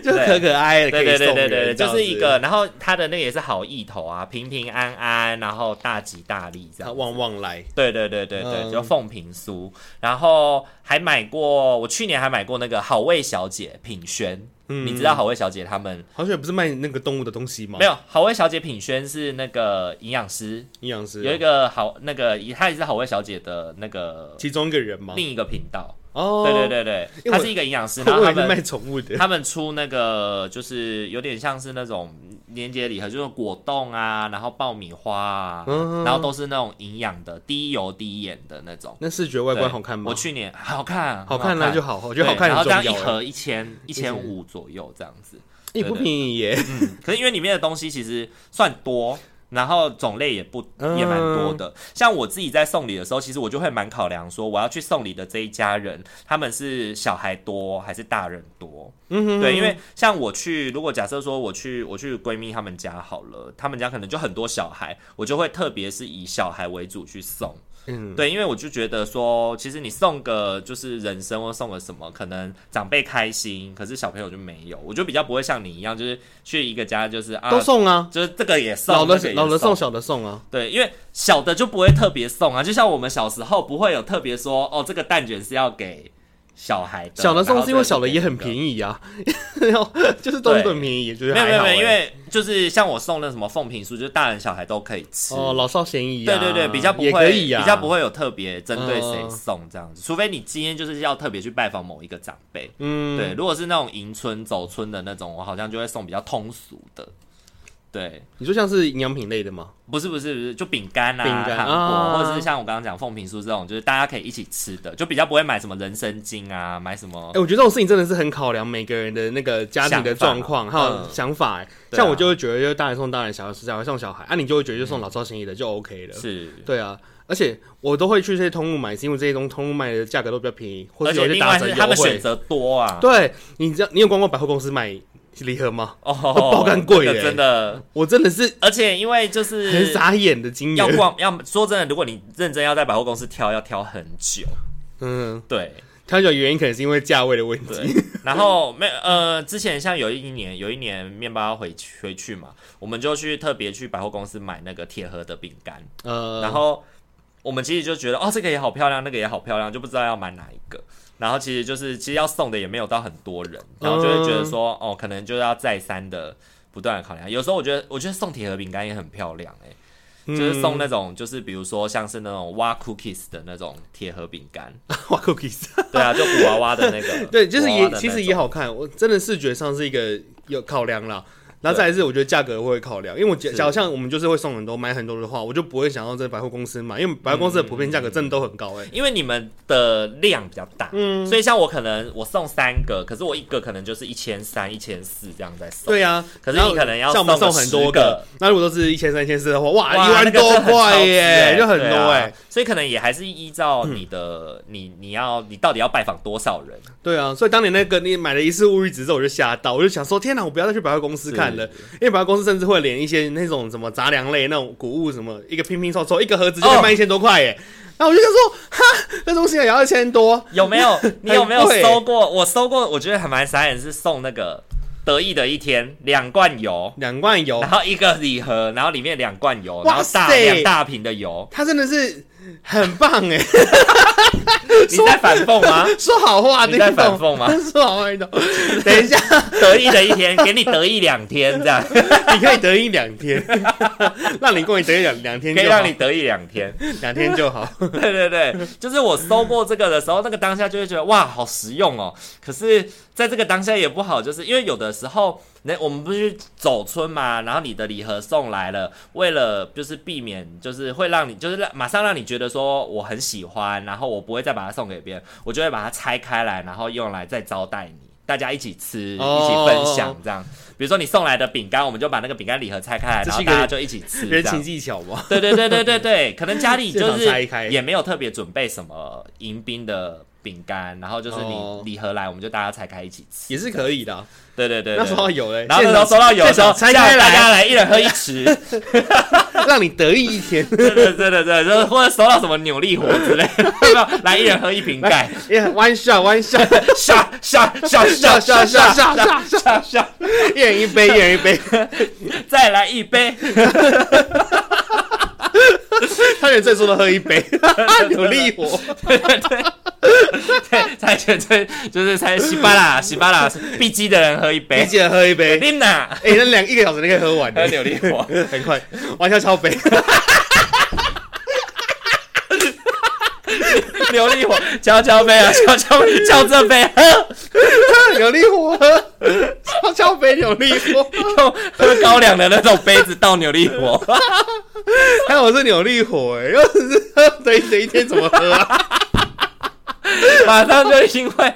Speaker 2: 就可可爱的，
Speaker 1: 对
Speaker 2: 可
Speaker 1: 对
Speaker 2: 以
Speaker 1: 对
Speaker 2: 送
Speaker 1: 对
Speaker 2: 人
Speaker 1: 对，
Speaker 2: 这
Speaker 1: 就
Speaker 2: 样
Speaker 1: 是一
Speaker 2: 子
Speaker 1: 个，然后他的那个也是好意头啊，平平安安，然后大吉大利这样
Speaker 2: 啊
Speaker 1: 子。
Speaker 2: 旺旺来，
Speaker 1: 对对对对对，
Speaker 2: 嗯
Speaker 1: 就凤平酥，然后还买过，我去年还买过那个好味小姐品轩，
Speaker 2: 嗯
Speaker 1: 你知道好味小姐他们
Speaker 2: 好像也不是卖那个动物的东西吗
Speaker 1: 没？有？好味小姐品轩是那个营养师，
Speaker 2: 营养师
Speaker 1: 有一个好那个，她也是好味小姐的那个
Speaker 2: 其中一个人吗？
Speaker 1: 另一个频道，
Speaker 2: 哦，
Speaker 1: 对对对对，
Speaker 2: 因为
Speaker 1: 她
Speaker 2: 我
Speaker 1: 是一个营养师，然后
Speaker 2: 我
Speaker 1: 他
Speaker 2: 以为是卖
Speaker 1: 们。
Speaker 2: 宠 物的。
Speaker 1: 他们出那个就是有点像是那种年节礼盒，就是果冻啊，然后爆米花啊，
Speaker 2: 嗯
Speaker 1: 然后都是那种营养的、低油低盐的那种。
Speaker 2: 那视觉外观
Speaker 1: 对
Speaker 2: 好看吗？
Speaker 1: 我去年好看，
Speaker 2: 好
Speaker 1: 很
Speaker 2: 看啊啦就好，我觉得
Speaker 1: 对
Speaker 2: 好看
Speaker 1: 然后
Speaker 2: 很
Speaker 1: 这样
Speaker 2: 重
Speaker 1: 一
Speaker 2: 要欸。
Speaker 1: 盒一千一千五左右这样子，
Speaker 2: 也不
Speaker 1: 对对
Speaker 2: 便宜耶，
Speaker 1: 可是因为里面的东西其实算多。然后种类也不
Speaker 2: 嗯
Speaker 1: 也蛮多的，像我自己在送礼的时候，其实我就会蛮考量说，我要去送礼的这一家人，他们是小孩多还是大人多？
Speaker 2: 嗯哼，
Speaker 1: 对，因为像我去，如果假设说我去我去闺蜜他们家好了，他们家可能就很多小孩，我就会特别是以小孩为主去送。
Speaker 2: 嗯，
Speaker 1: 对，因为我就觉得说，其实你送个就是人参或送个什么，可能长辈开心，可是小朋友就没有。我就比较不会像你一样，就是去一个家就是啊，
Speaker 2: 都送啊，
Speaker 1: 就是这个也送，
Speaker 2: 老
Speaker 1: 那个
Speaker 2: 的
Speaker 1: 也
Speaker 2: 老的
Speaker 1: 送
Speaker 2: 送，，小的送啊，
Speaker 1: 对，因为小的就不会特别送啊。就像我们小时候不会有特别说哦，这个蛋卷是要给小孩的，
Speaker 2: 小的送是因为小的
Speaker 1: 的
Speaker 2: 也很便宜啊， 就是东西都很便宜，就是
Speaker 1: 没有没
Speaker 2: 还
Speaker 1: 有
Speaker 2: 好
Speaker 1: 没
Speaker 2: 欸
Speaker 1: 有，因为就是像我送那什么凤品酥，就是大人小孩都可以吃。
Speaker 2: 哦老少咸宜啊，
Speaker 1: 对对对，比较不会，
Speaker 2: 也可以啊，
Speaker 1: 比较不会有特别针对谁
Speaker 2: 嗯
Speaker 1: 送这样子，除非你今天就是要特别去拜访某一个长辈。
Speaker 2: 嗯，
Speaker 1: 对，如果是那种迎春走春的那种，我好像就会送比较通俗的。对，
Speaker 2: 你说像是营养品类的吗？
Speaker 1: 不是不是不是，就饼干啊、
Speaker 2: 饼干
Speaker 1: 糖果，
Speaker 2: 啊
Speaker 1: 或者是像我刚刚讲凤平酥这种，就是大家可以一起吃的，就比较不会买什么人参精啊，买什么
Speaker 2: 哎、。我觉得这种事情真的是很考量每个人的那个家庭的状况还
Speaker 1: 想法嗯
Speaker 2: 有想法、
Speaker 1: 对
Speaker 2: 欸。
Speaker 1: 啊嗯
Speaker 2: 像我就会觉得，就是大人送大人，小孩送小孩送小孩，啊，你就会觉得就送老少咸宜的就 OK 了。
Speaker 1: 是，
Speaker 2: 对啊，而且我都会去这些通路买，是因为这些东通路卖的价格都比较便宜，或
Speaker 1: 而
Speaker 2: 者有
Speaker 1: 且
Speaker 2: 一些
Speaker 1: 另
Speaker 2: 打
Speaker 1: 外
Speaker 2: 折
Speaker 1: 是
Speaker 2: 优
Speaker 1: 他们选
Speaker 2: 惠。
Speaker 1: 择多啊。
Speaker 2: 对，你知道你有逛过百货公司买礼盒吗？
Speaker 1: 哦，
Speaker 2: 爆肝贵
Speaker 1: 这个
Speaker 2: 耶
Speaker 1: 真的，
Speaker 2: 我真的是
Speaker 1: 而且因为就是
Speaker 2: 很傻眼的经
Speaker 1: 要
Speaker 2: 验。
Speaker 1: 逛，要说真的，如果你认真要在百货公司挑，要挑很久。
Speaker 2: 嗯，
Speaker 1: 对
Speaker 2: 挑选原因可能是因为价位的问题。
Speaker 1: 对，然后没呃，之前像有一年，有一年面包要回去回去嘛，我们就去特别去百货公司买那个铁盒的饼干，
Speaker 2: 呃，
Speaker 1: 然后我们其实就觉得哦，这个也好漂亮，那个也好漂亮，就不知道要买哪一个。然后其实就是其实要送的也没有到很多人，然后就会觉
Speaker 2: 嗯
Speaker 1: 得说、哦，可能就要再三的不断的考量。有时候我觉得，我觉得送铁盒饼干也很漂亮哎、就是
Speaker 2: 嗯
Speaker 1: 送那种，就是比如说像是那种挖 cookies 的那种铁盒饼干，
Speaker 2: 哇 cookies，，
Speaker 1: 对啊，就古娃娃的那个
Speaker 2: 对，就是
Speaker 1: 古娃娃
Speaker 2: 也
Speaker 1: 的那
Speaker 2: 其实
Speaker 1: 种
Speaker 2: 也好看，我真的视觉上是一个有考量啦。然后再来是，我觉得价格会考量，因为我假
Speaker 1: 是
Speaker 2: 假如像我们就是会送很多买很多的话，我就不会想要在百货公司买，因为百货公司的普遍价格真的都很高哎、
Speaker 1: 因为你们的量比较大，嗯，所以像我可能我送三个，可是我一个可能就是一千三、一千四这样在送，
Speaker 2: 对啊，
Speaker 1: 可是
Speaker 2: 然后
Speaker 1: 你可能要
Speaker 2: 像我们
Speaker 1: 送
Speaker 2: 送
Speaker 1: 个
Speaker 2: 很
Speaker 1: 10
Speaker 2: 多
Speaker 1: 个，
Speaker 2: 那如果都是一千三、一千四的话，哇，一
Speaker 1: 那
Speaker 2: 万
Speaker 1: 个真
Speaker 2: 多
Speaker 1: 的很超
Speaker 2: 块
Speaker 1: 值
Speaker 2: 耶，
Speaker 1: 欸
Speaker 2: 就很多哎、
Speaker 1: 对啊所以可能也还是依照你的，你你要你到底要拜访多少人？
Speaker 2: 对啊，所以当年那个你买了一次物语值之后，我就吓到，我就想说，天哪，我不要再去百货公司看了，因为百货公司甚至会连一些那种什么杂粮类那种谷物什么，一个拼拼凑凑一个盒子就可以
Speaker 1: 哦
Speaker 2: 卖一千多块耶。然后我就想说，哈，那东西也要一千多，
Speaker 1: 有没有？你有没有
Speaker 2: 很贵
Speaker 1: 收过？我收过，我觉得还蛮傻眼，是送那个得意的一天，两罐油，
Speaker 2: 两罐油
Speaker 1: 然，后一个礼盒，然后里面两罐油，然
Speaker 2: 哦哇
Speaker 1: 后
Speaker 2: 塞
Speaker 1: 大两大瓶的 油，
Speaker 2: 他真的是很棒哎，
Speaker 1: 你在反讽吗？
Speaker 2: 说好话
Speaker 1: 你在
Speaker 2: 那
Speaker 1: 反
Speaker 2: 种，
Speaker 1: 讽吗？
Speaker 2: 说好话 那种。等一下，
Speaker 1: 得意的一天，给你得意两天，这样
Speaker 2: 你可以得意两天， 让你过年得意两两天
Speaker 1: 可以
Speaker 2: 就好
Speaker 1: 让你，得意两天。
Speaker 2: 两天就 好。
Speaker 1: 对对对，就是我收过这个的时候，那个当下就会觉得哇，好实用哦。可是在这个当下也不好，就是因为有的时候，那我们不是走村嘛，然后你的礼盒送来了，为了就是避免，就是会让你就是让马上让你觉得说我很喜欢，然后我不会再把它送给别人，我就会把它拆开来，然后用来再招待你。大家一起吃，一起分享
Speaker 2: 哦，
Speaker 1: 这样。比如说你送来的饼干，我们就把那个饼干礼盒拆开来，
Speaker 2: 这
Speaker 1: 然
Speaker 2: 是
Speaker 1: 后
Speaker 2: 一个
Speaker 1: 大家就一起吃。这
Speaker 2: 人
Speaker 1: 样。
Speaker 2: 情技巧嘛，
Speaker 1: 对对对对对对，可能家里
Speaker 2: 现
Speaker 1: 就
Speaker 2: 场拆
Speaker 1: 是
Speaker 2: 开
Speaker 1: 也没有特别准备什么迎宾的饼干，然后就是你
Speaker 2: 哦
Speaker 1: 礼盒来，我们就大家拆开一起吃。
Speaker 2: 也是可以的啊。
Speaker 1: 对对对
Speaker 2: 那
Speaker 1: 对
Speaker 2: 时候有嘞，
Speaker 1: 然后那
Speaker 2: 现
Speaker 1: 时候
Speaker 2: 场
Speaker 1: 收到有的时候，
Speaker 2: 现场拆
Speaker 1: 叫
Speaker 2: 开
Speaker 1: 大
Speaker 2: 来，
Speaker 1: 家来一人喝一匙，
Speaker 2: 让你得意一天，
Speaker 1: 对对对对对，就是或者收到什么扭力火之类的，有没有来一人喝一瓶盖，
Speaker 2: 也很 one shot one shot
Speaker 1: 下下下下下下下
Speaker 2: 下下下下下下，
Speaker 1: 下下，
Speaker 2: 一人一杯，一人一杯，
Speaker 1: 再来一杯，
Speaker 2: 他连最初都喝一 杯， 有力活，
Speaker 1: 对对对，对，猜拳最就是猜喜巴拉喜巴拉必击的人喝一
Speaker 2: 一
Speaker 1: 杯，
Speaker 2: 人喝一杯。
Speaker 1: 琳娜
Speaker 2: 哎，那两一个小时就可以喝完
Speaker 1: 喝
Speaker 2: 的，
Speaker 1: 扭力火。
Speaker 2: 很快，玩笑超杯，
Speaker 1: 琉璃火，敲敲杯啊，敲敲敲这杯，喝
Speaker 2: 有力活，超超杯有力活。
Speaker 1: 用喝高粱的那种杯子倒琉璃 火，
Speaker 2: 还有是扭力火、
Speaker 1: 哎
Speaker 2: 欸，要是喝等等一天怎么喝啊？
Speaker 1: 马上就因为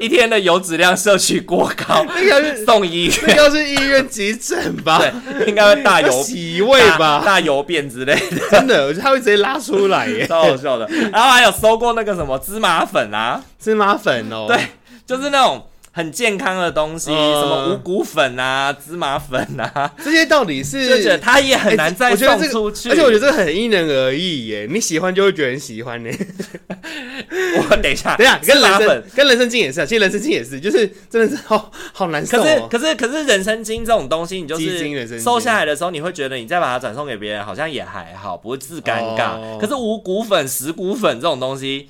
Speaker 1: 一天的油脂量摄取过高，
Speaker 2: 那个要是
Speaker 1: 送医
Speaker 2: 那个
Speaker 1: 院，
Speaker 2: 要是医院急诊吧，
Speaker 1: 对，应该会大
Speaker 2: 要
Speaker 1: 油
Speaker 2: 洗胃
Speaker 1: 大
Speaker 2: 吧，
Speaker 1: 大油便之类的，
Speaker 2: 真的，我觉得他会直接拉出来 哎耶、
Speaker 1: 超好笑的。然后还有收过那个什么芝麻粉啊，
Speaker 2: 芝麻粉哦、
Speaker 1: 对，就是那种。很健康的东西，
Speaker 2: 嗯
Speaker 1: 什么五谷粉啊、芝麻粉啊，
Speaker 2: 这些到底
Speaker 1: 就觉得
Speaker 2: 是。
Speaker 1: 它也很
Speaker 2: 哎
Speaker 1: 难再
Speaker 2: 我觉得
Speaker 1: 送
Speaker 2: 这个
Speaker 1: 出去。
Speaker 2: 而且我觉得这很因人而异耶。你喜欢就会觉得很喜欢呢。
Speaker 1: 我等一下，
Speaker 2: 等一下，跟
Speaker 1: 芝麻
Speaker 2: 人
Speaker 1: 粉
Speaker 2: 参跟人参精也是啊，其实人参精也是，就是真的是好好难受
Speaker 1: 可是
Speaker 2: 哦。
Speaker 1: 可是可是人参精这种东西，你就
Speaker 2: 鸡精人
Speaker 1: 是
Speaker 2: 参精
Speaker 1: 收下来的时候，你会觉得你再把它转送给别人，好像也还好，不会自尴尬。
Speaker 2: 哦
Speaker 1: 可是五谷粉、十谷粉这种东西。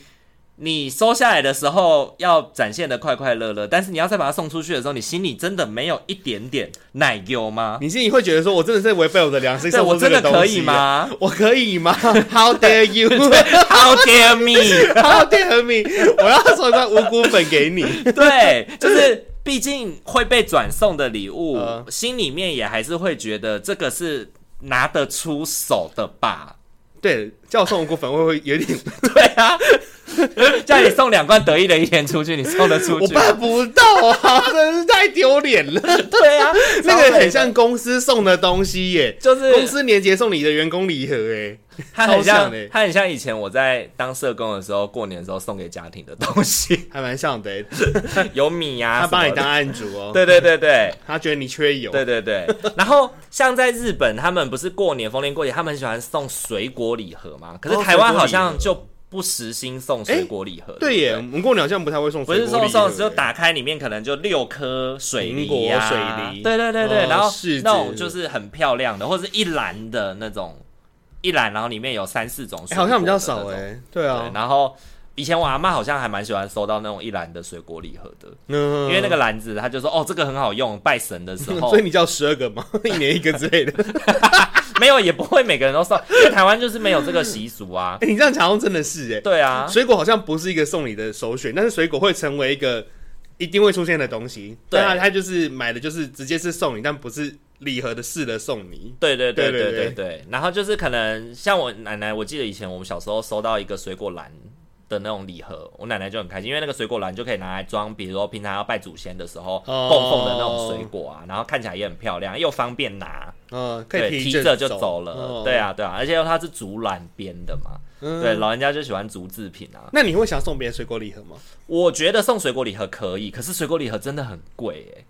Speaker 1: 你收下来的时候要展现的快快乐乐，但是你要再把它送出去的时候，你心里真的没有一点点奶油吗？
Speaker 2: 你心里会觉得说，我真的是违背我的良心，
Speaker 1: 对
Speaker 2: 送
Speaker 1: 我
Speaker 2: 出这
Speaker 1: 真的
Speaker 2: 个东西啊
Speaker 1: 可以？吗
Speaker 2: 我可以吗？How dare you？
Speaker 1: ？How dare me！
Speaker 2: 好店和米，我要送一罐五谷粉给你。
Speaker 1: 对，就是毕竟会被转送的礼物，
Speaker 2: 嗯
Speaker 1: 心里面也还是会觉得这个是拿得出手的吧。
Speaker 2: 对，叫我送五谷粉，我会有点，
Speaker 1: 对啊， 叫你送两罐得意的一天出去，你送得出
Speaker 2: 我
Speaker 1: 去吗？
Speaker 2: 办不到啊， 真是太丢脸了。
Speaker 1: 对 啊，
Speaker 2: 那
Speaker 1: 超美
Speaker 2: 个
Speaker 1: 的
Speaker 2: 很像公司送的东西耶，
Speaker 1: 就是
Speaker 2: 公司年节送你的员工礼盒哎，
Speaker 1: 它很
Speaker 2: 超
Speaker 1: 像
Speaker 2: 像的，
Speaker 1: 它很像以前我在当社工的时候，过年的时候送给家庭的东 西，
Speaker 2: 还蛮像的耶。
Speaker 1: 有米啊，
Speaker 2: 他把
Speaker 1: 什
Speaker 2: 你
Speaker 1: 么的
Speaker 2: 当案主哦，
Speaker 1: 对对对对
Speaker 2: 他觉得你缺油，
Speaker 1: 对对对。然后像在日本，他们不是过年逢年过节，他们很喜欢送水果礼盒嘛？可是
Speaker 2: 哦
Speaker 1: 台湾好
Speaker 2: 水果
Speaker 1: 像
Speaker 2: 礼盒
Speaker 1: 就不实行送水果礼盒，
Speaker 2: 对
Speaker 1: 不
Speaker 2: 耶，我们过年好像不太会送
Speaker 1: 不
Speaker 2: 水
Speaker 1: 是
Speaker 2: 果
Speaker 1: 送
Speaker 2: 礼盒
Speaker 1: 送，
Speaker 2: 耶，
Speaker 1: 就打开里面可能就六颗水梨呀、
Speaker 2: 苹果水梨
Speaker 1: 对对对对，
Speaker 2: 哦
Speaker 1: 然后
Speaker 2: 柿子
Speaker 1: 那种就是很漂亮的，或者是一篮的那种，一篮然后里面有三四种水
Speaker 2: 哎，
Speaker 1: 果
Speaker 2: 好
Speaker 1: 的那种、
Speaker 2: 像比较少哎，对啊
Speaker 1: 对，，然后以前我阿妈好像还蛮喜欢收到那种一篮的水果礼盒的，
Speaker 2: 嗯
Speaker 1: 因为那个篮子她就说哦这个很好用，拜神的 时候
Speaker 2: 所以你叫十二个吗？ 一年一个之 类的。
Speaker 1: 没有也不会每个人都送，因为台湾就是没有这个习俗 啊。
Speaker 2: 哎，你这样讲好像真的是哎，
Speaker 1: 对啊，
Speaker 2: 水果好像不是一个送礼的首选，但是水果会成为一个一定会出现的东西。
Speaker 1: 对
Speaker 2: 啊，他就是买的就是直接是送你，但不是礼盒的式的送你。
Speaker 1: 对对对对
Speaker 2: 对对
Speaker 1: 对
Speaker 2: 对
Speaker 1: 对，然后就是可能像我奶奶，我记得以前我们小时候收到一个水果篮的那种礼盒，我奶奶就很开心，因为那个水果篮就可以拿来装，比如说平常要拜祖先的时候
Speaker 2: 哦
Speaker 1: 供奉的那种水果啊，然后看起来也很漂亮，又方便拿，
Speaker 2: 嗯，可
Speaker 1: 对，
Speaker 2: 以
Speaker 1: 提
Speaker 2: 着哦
Speaker 1: 就走了，对，啊对啊，而且它是竹篮编的嘛，
Speaker 2: 嗯
Speaker 1: 对，。老人家就喜欢竹制品啊。
Speaker 2: 那你会想送别人水果礼盒吗？
Speaker 1: 我觉得送水果礼盒可以，可是水果礼盒真的很贵哎、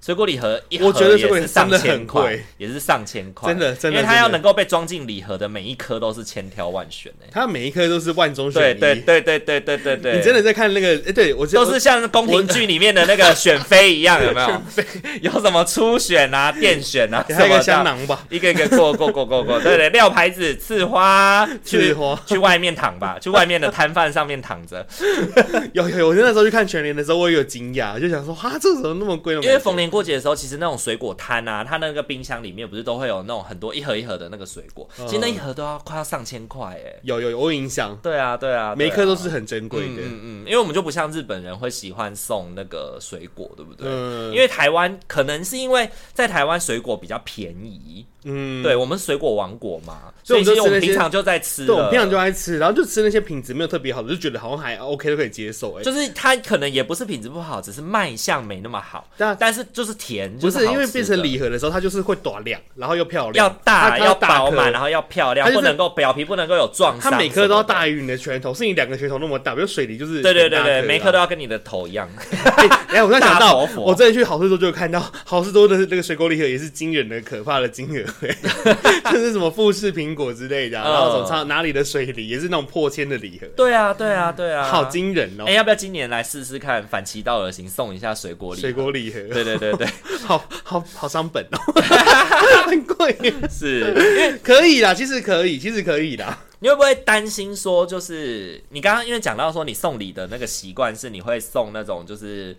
Speaker 1: 水果礼盒一盒
Speaker 2: 我觉得
Speaker 1: 也
Speaker 2: 水果礼
Speaker 1: 是
Speaker 2: 盒
Speaker 1: 上
Speaker 2: 真的
Speaker 1: 千
Speaker 2: 很
Speaker 1: 块
Speaker 2: 贵，
Speaker 1: 也是上千块，
Speaker 2: 真的真的
Speaker 1: 因为它要
Speaker 2: 真的
Speaker 1: 能够被装进礼盒的每一颗都是千挑万选诶、
Speaker 2: 它每一颗都是万中选
Speaker 1: 对
Speaker 2: 一。
Speaker 1: 对对对对对对对，
Speaker 2: 你真的在看那个？哎，对我记得
Speaker 1: 都是像宫廷剧里面的那个选妃一 样，有没有？ 有什么初选啊、电选 啊，
Speaker 2: 给他
Speaker 1: 什
Speaker 2: 一
Speaker 1: 么
Speaker 2: 个
Speaker 1: 的
Speaker 2: 香囊吧。
Speaker 1: 一个一个过过过过过，对对，撂牌子、刺花、去
Speaker 2: 刺花
Speaker 1: 去外面躺吧，去外面的摊贩上面躺着，
Speaker 2: 有有，有我那时候去看全联的时候，我也有惊讶，就想说，哈，这怎么那么贵？
Speaker 1: 因为逢年过节的时候，其实那种水果摊啊，它那个冰箱里面不是都会有那种很多一盒一盒的那个水果，
Speaker 2: 嗯
Speaker 1: 其实那一盒都要快要上千块哎。
Speaker 2: 有有有我有印象，
Speaker 1: 对啊，对啊，对啊
Speaker 2: 每一颗都是很珍贵
Speaker 1: 嗯
Speaker 2: 的。
Speaker 1: 嗯嗯，因为我们就不像日本人会喜欢送那个水果，对不对？
Speaker 2: 嗯，
Speaker 1: 因为台湾可能是因为在台湾水果比较便宜，
Speaker 2: 嗯，
Speaker 1: 对我们水果王国嘛，
Speaker 2: 所
Speaker 1: 所
Speaker 2: 以
Speaker 1: 以其实
Speaker 2: 我们就
Speaker 1: 我
Speaker 2: 吃那
Speaker 1: 们
Speaker 2: 些
Speaker 1: 平常就在吃
Speaker 2: 对，我
Speaker 1: 了，
Speaker 2: 平常就爱吃，然后就吃那些品质没有特别好的，就觉得好像还 OK 都可以接受。哎，
Speaker 1: 就是它可能也不是品质不好，只是卖相没那么好，
Speaker 2: 但
Speaker 1: 但是就是甜，
Speaker 2: 不
Speaker 1: 就是好
Speaker 2: 因为
Speaker 1: 吃
Speaker 2: 变成
Speaker 1: 的
Speaker 2: 礼盒的时候，它就是会短量，然后又漂亮，
Speaker 1: 要大
Speaker 2: 它
Speaker 1: 要饱
Speaker 2: 大
Speaker 1: 满，
Speaker 2: 颗。
Speaker 1: 然后要漂亮，
Speaker 2: 它就是
Speaker 1: 不能够表皮不能够有撞
Speaker 2: 它
Speaker 1: 伤，
Speaker 2: 每颗啊都要。大于你的拳头，是你两个拳头那么大，比如水梨就是
Speaker 1: 对对
Speaker 2: 很
Speaker 1: 对
Speaker 2: 大
Speaker 1: 对，
Speaker 2: 颗
Speaker 1: 每
Speaker 2: 的
Speaker 1: 颗都要跟你的头一样。
Speaker 2: 哎、哎我在想
Speaker 1: 大
Speaker 2: 到
Speaker 1: 佛，佛
Speaker 2: 我之前去好事多就有看到好事多的那个水果礼盒也是惊人的可怕的金额、哎 就是什么富士苹果之类的啊、
Speaker 1: 嗯
Speaker 2: 然后什么超哪里的水梨也是那种破千的礼盒，
Speaker 1: 对啊，对啊，对啊。
Speaker 2: 好惊人哦、
Speaker 1: 哎，要不要今年来试试看，反其道而行，送一下水果礼？
Speaker 2: 水。果礼盒，
Speaker 1: 对对对对，
Speaker 2: 好好好伤本哦、 很贵，
Speaker 1: 是。
Speaker 2: 可以啦，其实可以，其实可以啦。
Speaker 1: 你会不会担心说，就是你刚刚因为讲到说你送礼的那个习惯是你会送那种就是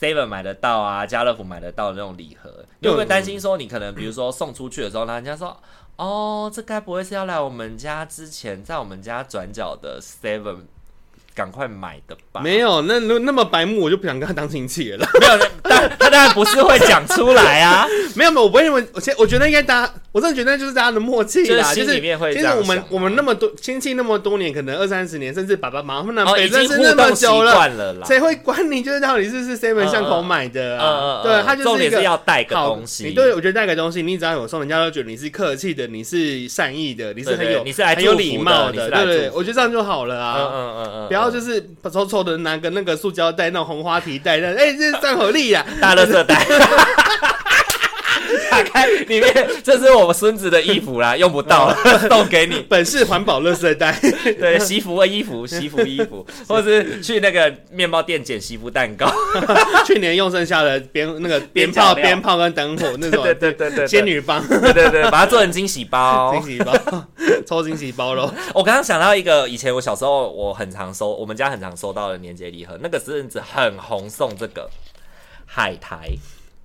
Speaker 1: Seven 买得到啊，家乐福买得到的那种礼盒，你会不会担心说你可能比如说送出去的时候，然后人家说哦，这该不会是要来我们家之前在我们家转角的 Seven 赶快买的吧？
Speaker 2: 没有，那那那么白目，我就不想跟他当亲戚了啦。
Speaker 1: 没有，但 他当然不是会讲出来 啊，
Speaker 2: 没有没有，我不会认为，我现我觉得应该大家，我真的觉得就是大家的默契啦，
Speaker 1: 就是
Speaker 2: 就
Speaker 1: 心里
Speaker 2: 是
Speaker 1: 面会这
Speaker 2: 其实
Speaker 1: 样
Speaker 2: 我们
Speaker 1: 想啊
Speaker 2: 我们那么多亲戚那么多年，可能二三十年，甚至爸爸妈妈他们
Speaker 1: 哦，
Speaker 2: 那
Speaker 1: 已
Speaker 2: 辈认
Speaker 1: 经
Speaker 2: 识
Speaker 1: 互
Speaker 2: 那么
Speaker 1: 动习
Speaker 2: 久了，
Speaker 1: 惯了啦。
Speaker 2: 谁会管你？就是到底是不是 seven
Speaker 1: 嗯
Speaker 2: 巷口买的啊？
Speaker 1: 呃，
Speaker 2: 对，他就
Speaker 1: 重
Speaker 2: 是一
Speaker 1: 点是
Speaker 2: 个
Speaker 1: 要带个
Speaker 2: 好
Speaker 1: 东西，
Speaker 2: 你对我觉得带个东西，你只要有送，人家都觉得你是客气的，你是善意的，你是
Speaker 1: 对
Speaker 2: 很
Speaker 1: 对
Speaker 2: 有
Speaker 1: 你是来
Speaker 2: 很有
Speaker 1: 祝福
Speaker 2: 礼
Speaker 1: 的
Speaker 2: 貌
Speaker 1: 你是
Speaker 2: 对
Speaker 1: 来
Speaker 2: 对，
Speaker 1: 祝福
Speaker 2: 我觉得这样就好了
Speaker 1: 嗯
Speaker 2: 啊。
Speaker 1: 嗯嗯嗯，
Speaker 2: 不要
Speaker 1: 嗯
Speaker 2: 就是丑丑的拿个那个塑胶袋，那种红花提袋，那哎、这算合理呀、
Speaker 1: 大垃圾袋。 打开里面，这是我们孙子的衣 服啦，用不到了，送给你。
Speaker 2: 本是环保垃圾袋，
Speaker 1: 哦 对，西服的衣 服，西服衣服，或是去那个面包店捡西服蛋糕。
Speaker 2: 去年用剩下的鞭那个鞭
Speaker 1: 边 角
Speaker 2: 炮、
Speaker 1: 料
Speaker 2: 鞭炮跟灯火那 种
Speaker 1: 对对对哦对，
Speaker 2: 仙，女棒、
Speaker 1: 对对对，把它做成 惊喜包
Speaker 2: 惊。喜包、 抽惊喜包喽。
Speaker 1: 我刚刚想到一个，以前我小时候我很常收，我们家很常收到的年节礼盒，那个阵子很红，送这个海苔，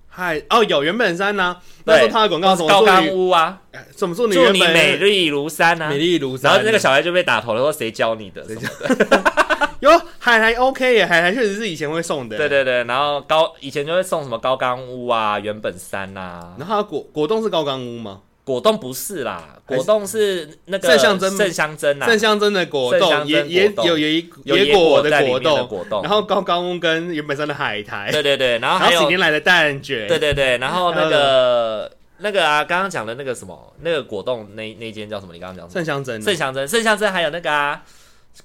Speaker 2: 嗨，哦，有原本山呐、那时候
Speaker 1: 对
Speaker 2: 他的广告什么
Speaker 1: 高
Speaker 2: 祝
Speaker 1: 干
Speaker 2: 你
Speaker 1: 屋啊，
Speaker 2: 哎什么祝你
Speaker 1: 祝
Speaker 2: 原
Speaker 1: 你
Speaker 2: 本
Speaker 1: 美丽如山啊
Speaker 2: 美。丽如山，
Speaker 1: 然后那个小孩就被打头了，说谁教你的？什么
Speaker 2: 哟海苔 OK 耶，海苔确实是以前会送的。
Speaker 1: 对。对对，然后高以前就会送什么高冈屋啊、原本山呐、啊，
Speaker 2: 然后它果果冻是高冈屋吗？
Speaker 1: 果冻不是啦，
Speaker 2: 还是
Speaker 1: 果冻是那个
Speaker 2: 圣香珍吗
Speaker 1: 圣香珍啊，
Speaker 2: 正香真的果
Speaker 1: 正
Speaker 2: 冻，
Speaker 1: 香真
Speaker 2: 也也
Speaker 1: 果冻
Speaker 2: 有野
Speaker 1: 有
Speaker 2: 野
Speaker 1: 果在
Speaker 2: 的
Speaker 1: 里
Speaker 2: 果
Speaker 1: 面的
Speaker 2: 冻，
Speaker 1: 果冻，
Speaker 2: 然后高冈屋跟原本山的海苔，
Speaker 1: 对对对，然后
Speaker 2: 然
Speaker 1: 还
Speaker 2: 后几
Speaker 1: 有
Speaker 2: 年来的蛋卷，
Speaker 1: 对对对，然后那个
Speaker 2: 嗯
Speaker 1: 那个啊，刚刚讲的那个什么那个果冻那那间叫什么？你刚刚讲什
Speaker 2: 正
Speaker 1: 么？
Speaker 2: 香真的
Speaker 1: 圣香珍，圣香珍还有那个啊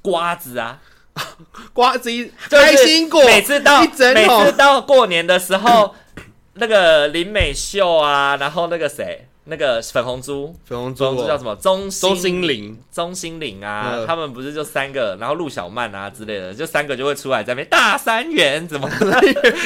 Speaker 1: 瓜子啊，
Speaker 2: 瓜子一
Speaker 1: 就是
Speaker 2: 开心果，
Speaker 1: 每次到
Speaker 2: 一整
Speaker 1: 每
Speaker 2: 桶
Speaker 1: 次到过年的时候，那个林美秀啊，然后那个谁，那个粉红猪，
Speaker 2: 粉红
Speaker 1: 粉红猪叫
Speaker 2: 猪，
Speaker 1: 什么？钟
Speaker 2: 周
Speaker 1: 心
Speaker 2: 心凌。
Speaker 1: 钟心凌啊，
Speaker 2: 嗯
Speaker 1: 他们不是就三个，然后陆小曼啊之类的，就三个就会出来在那边大三元 怎么的，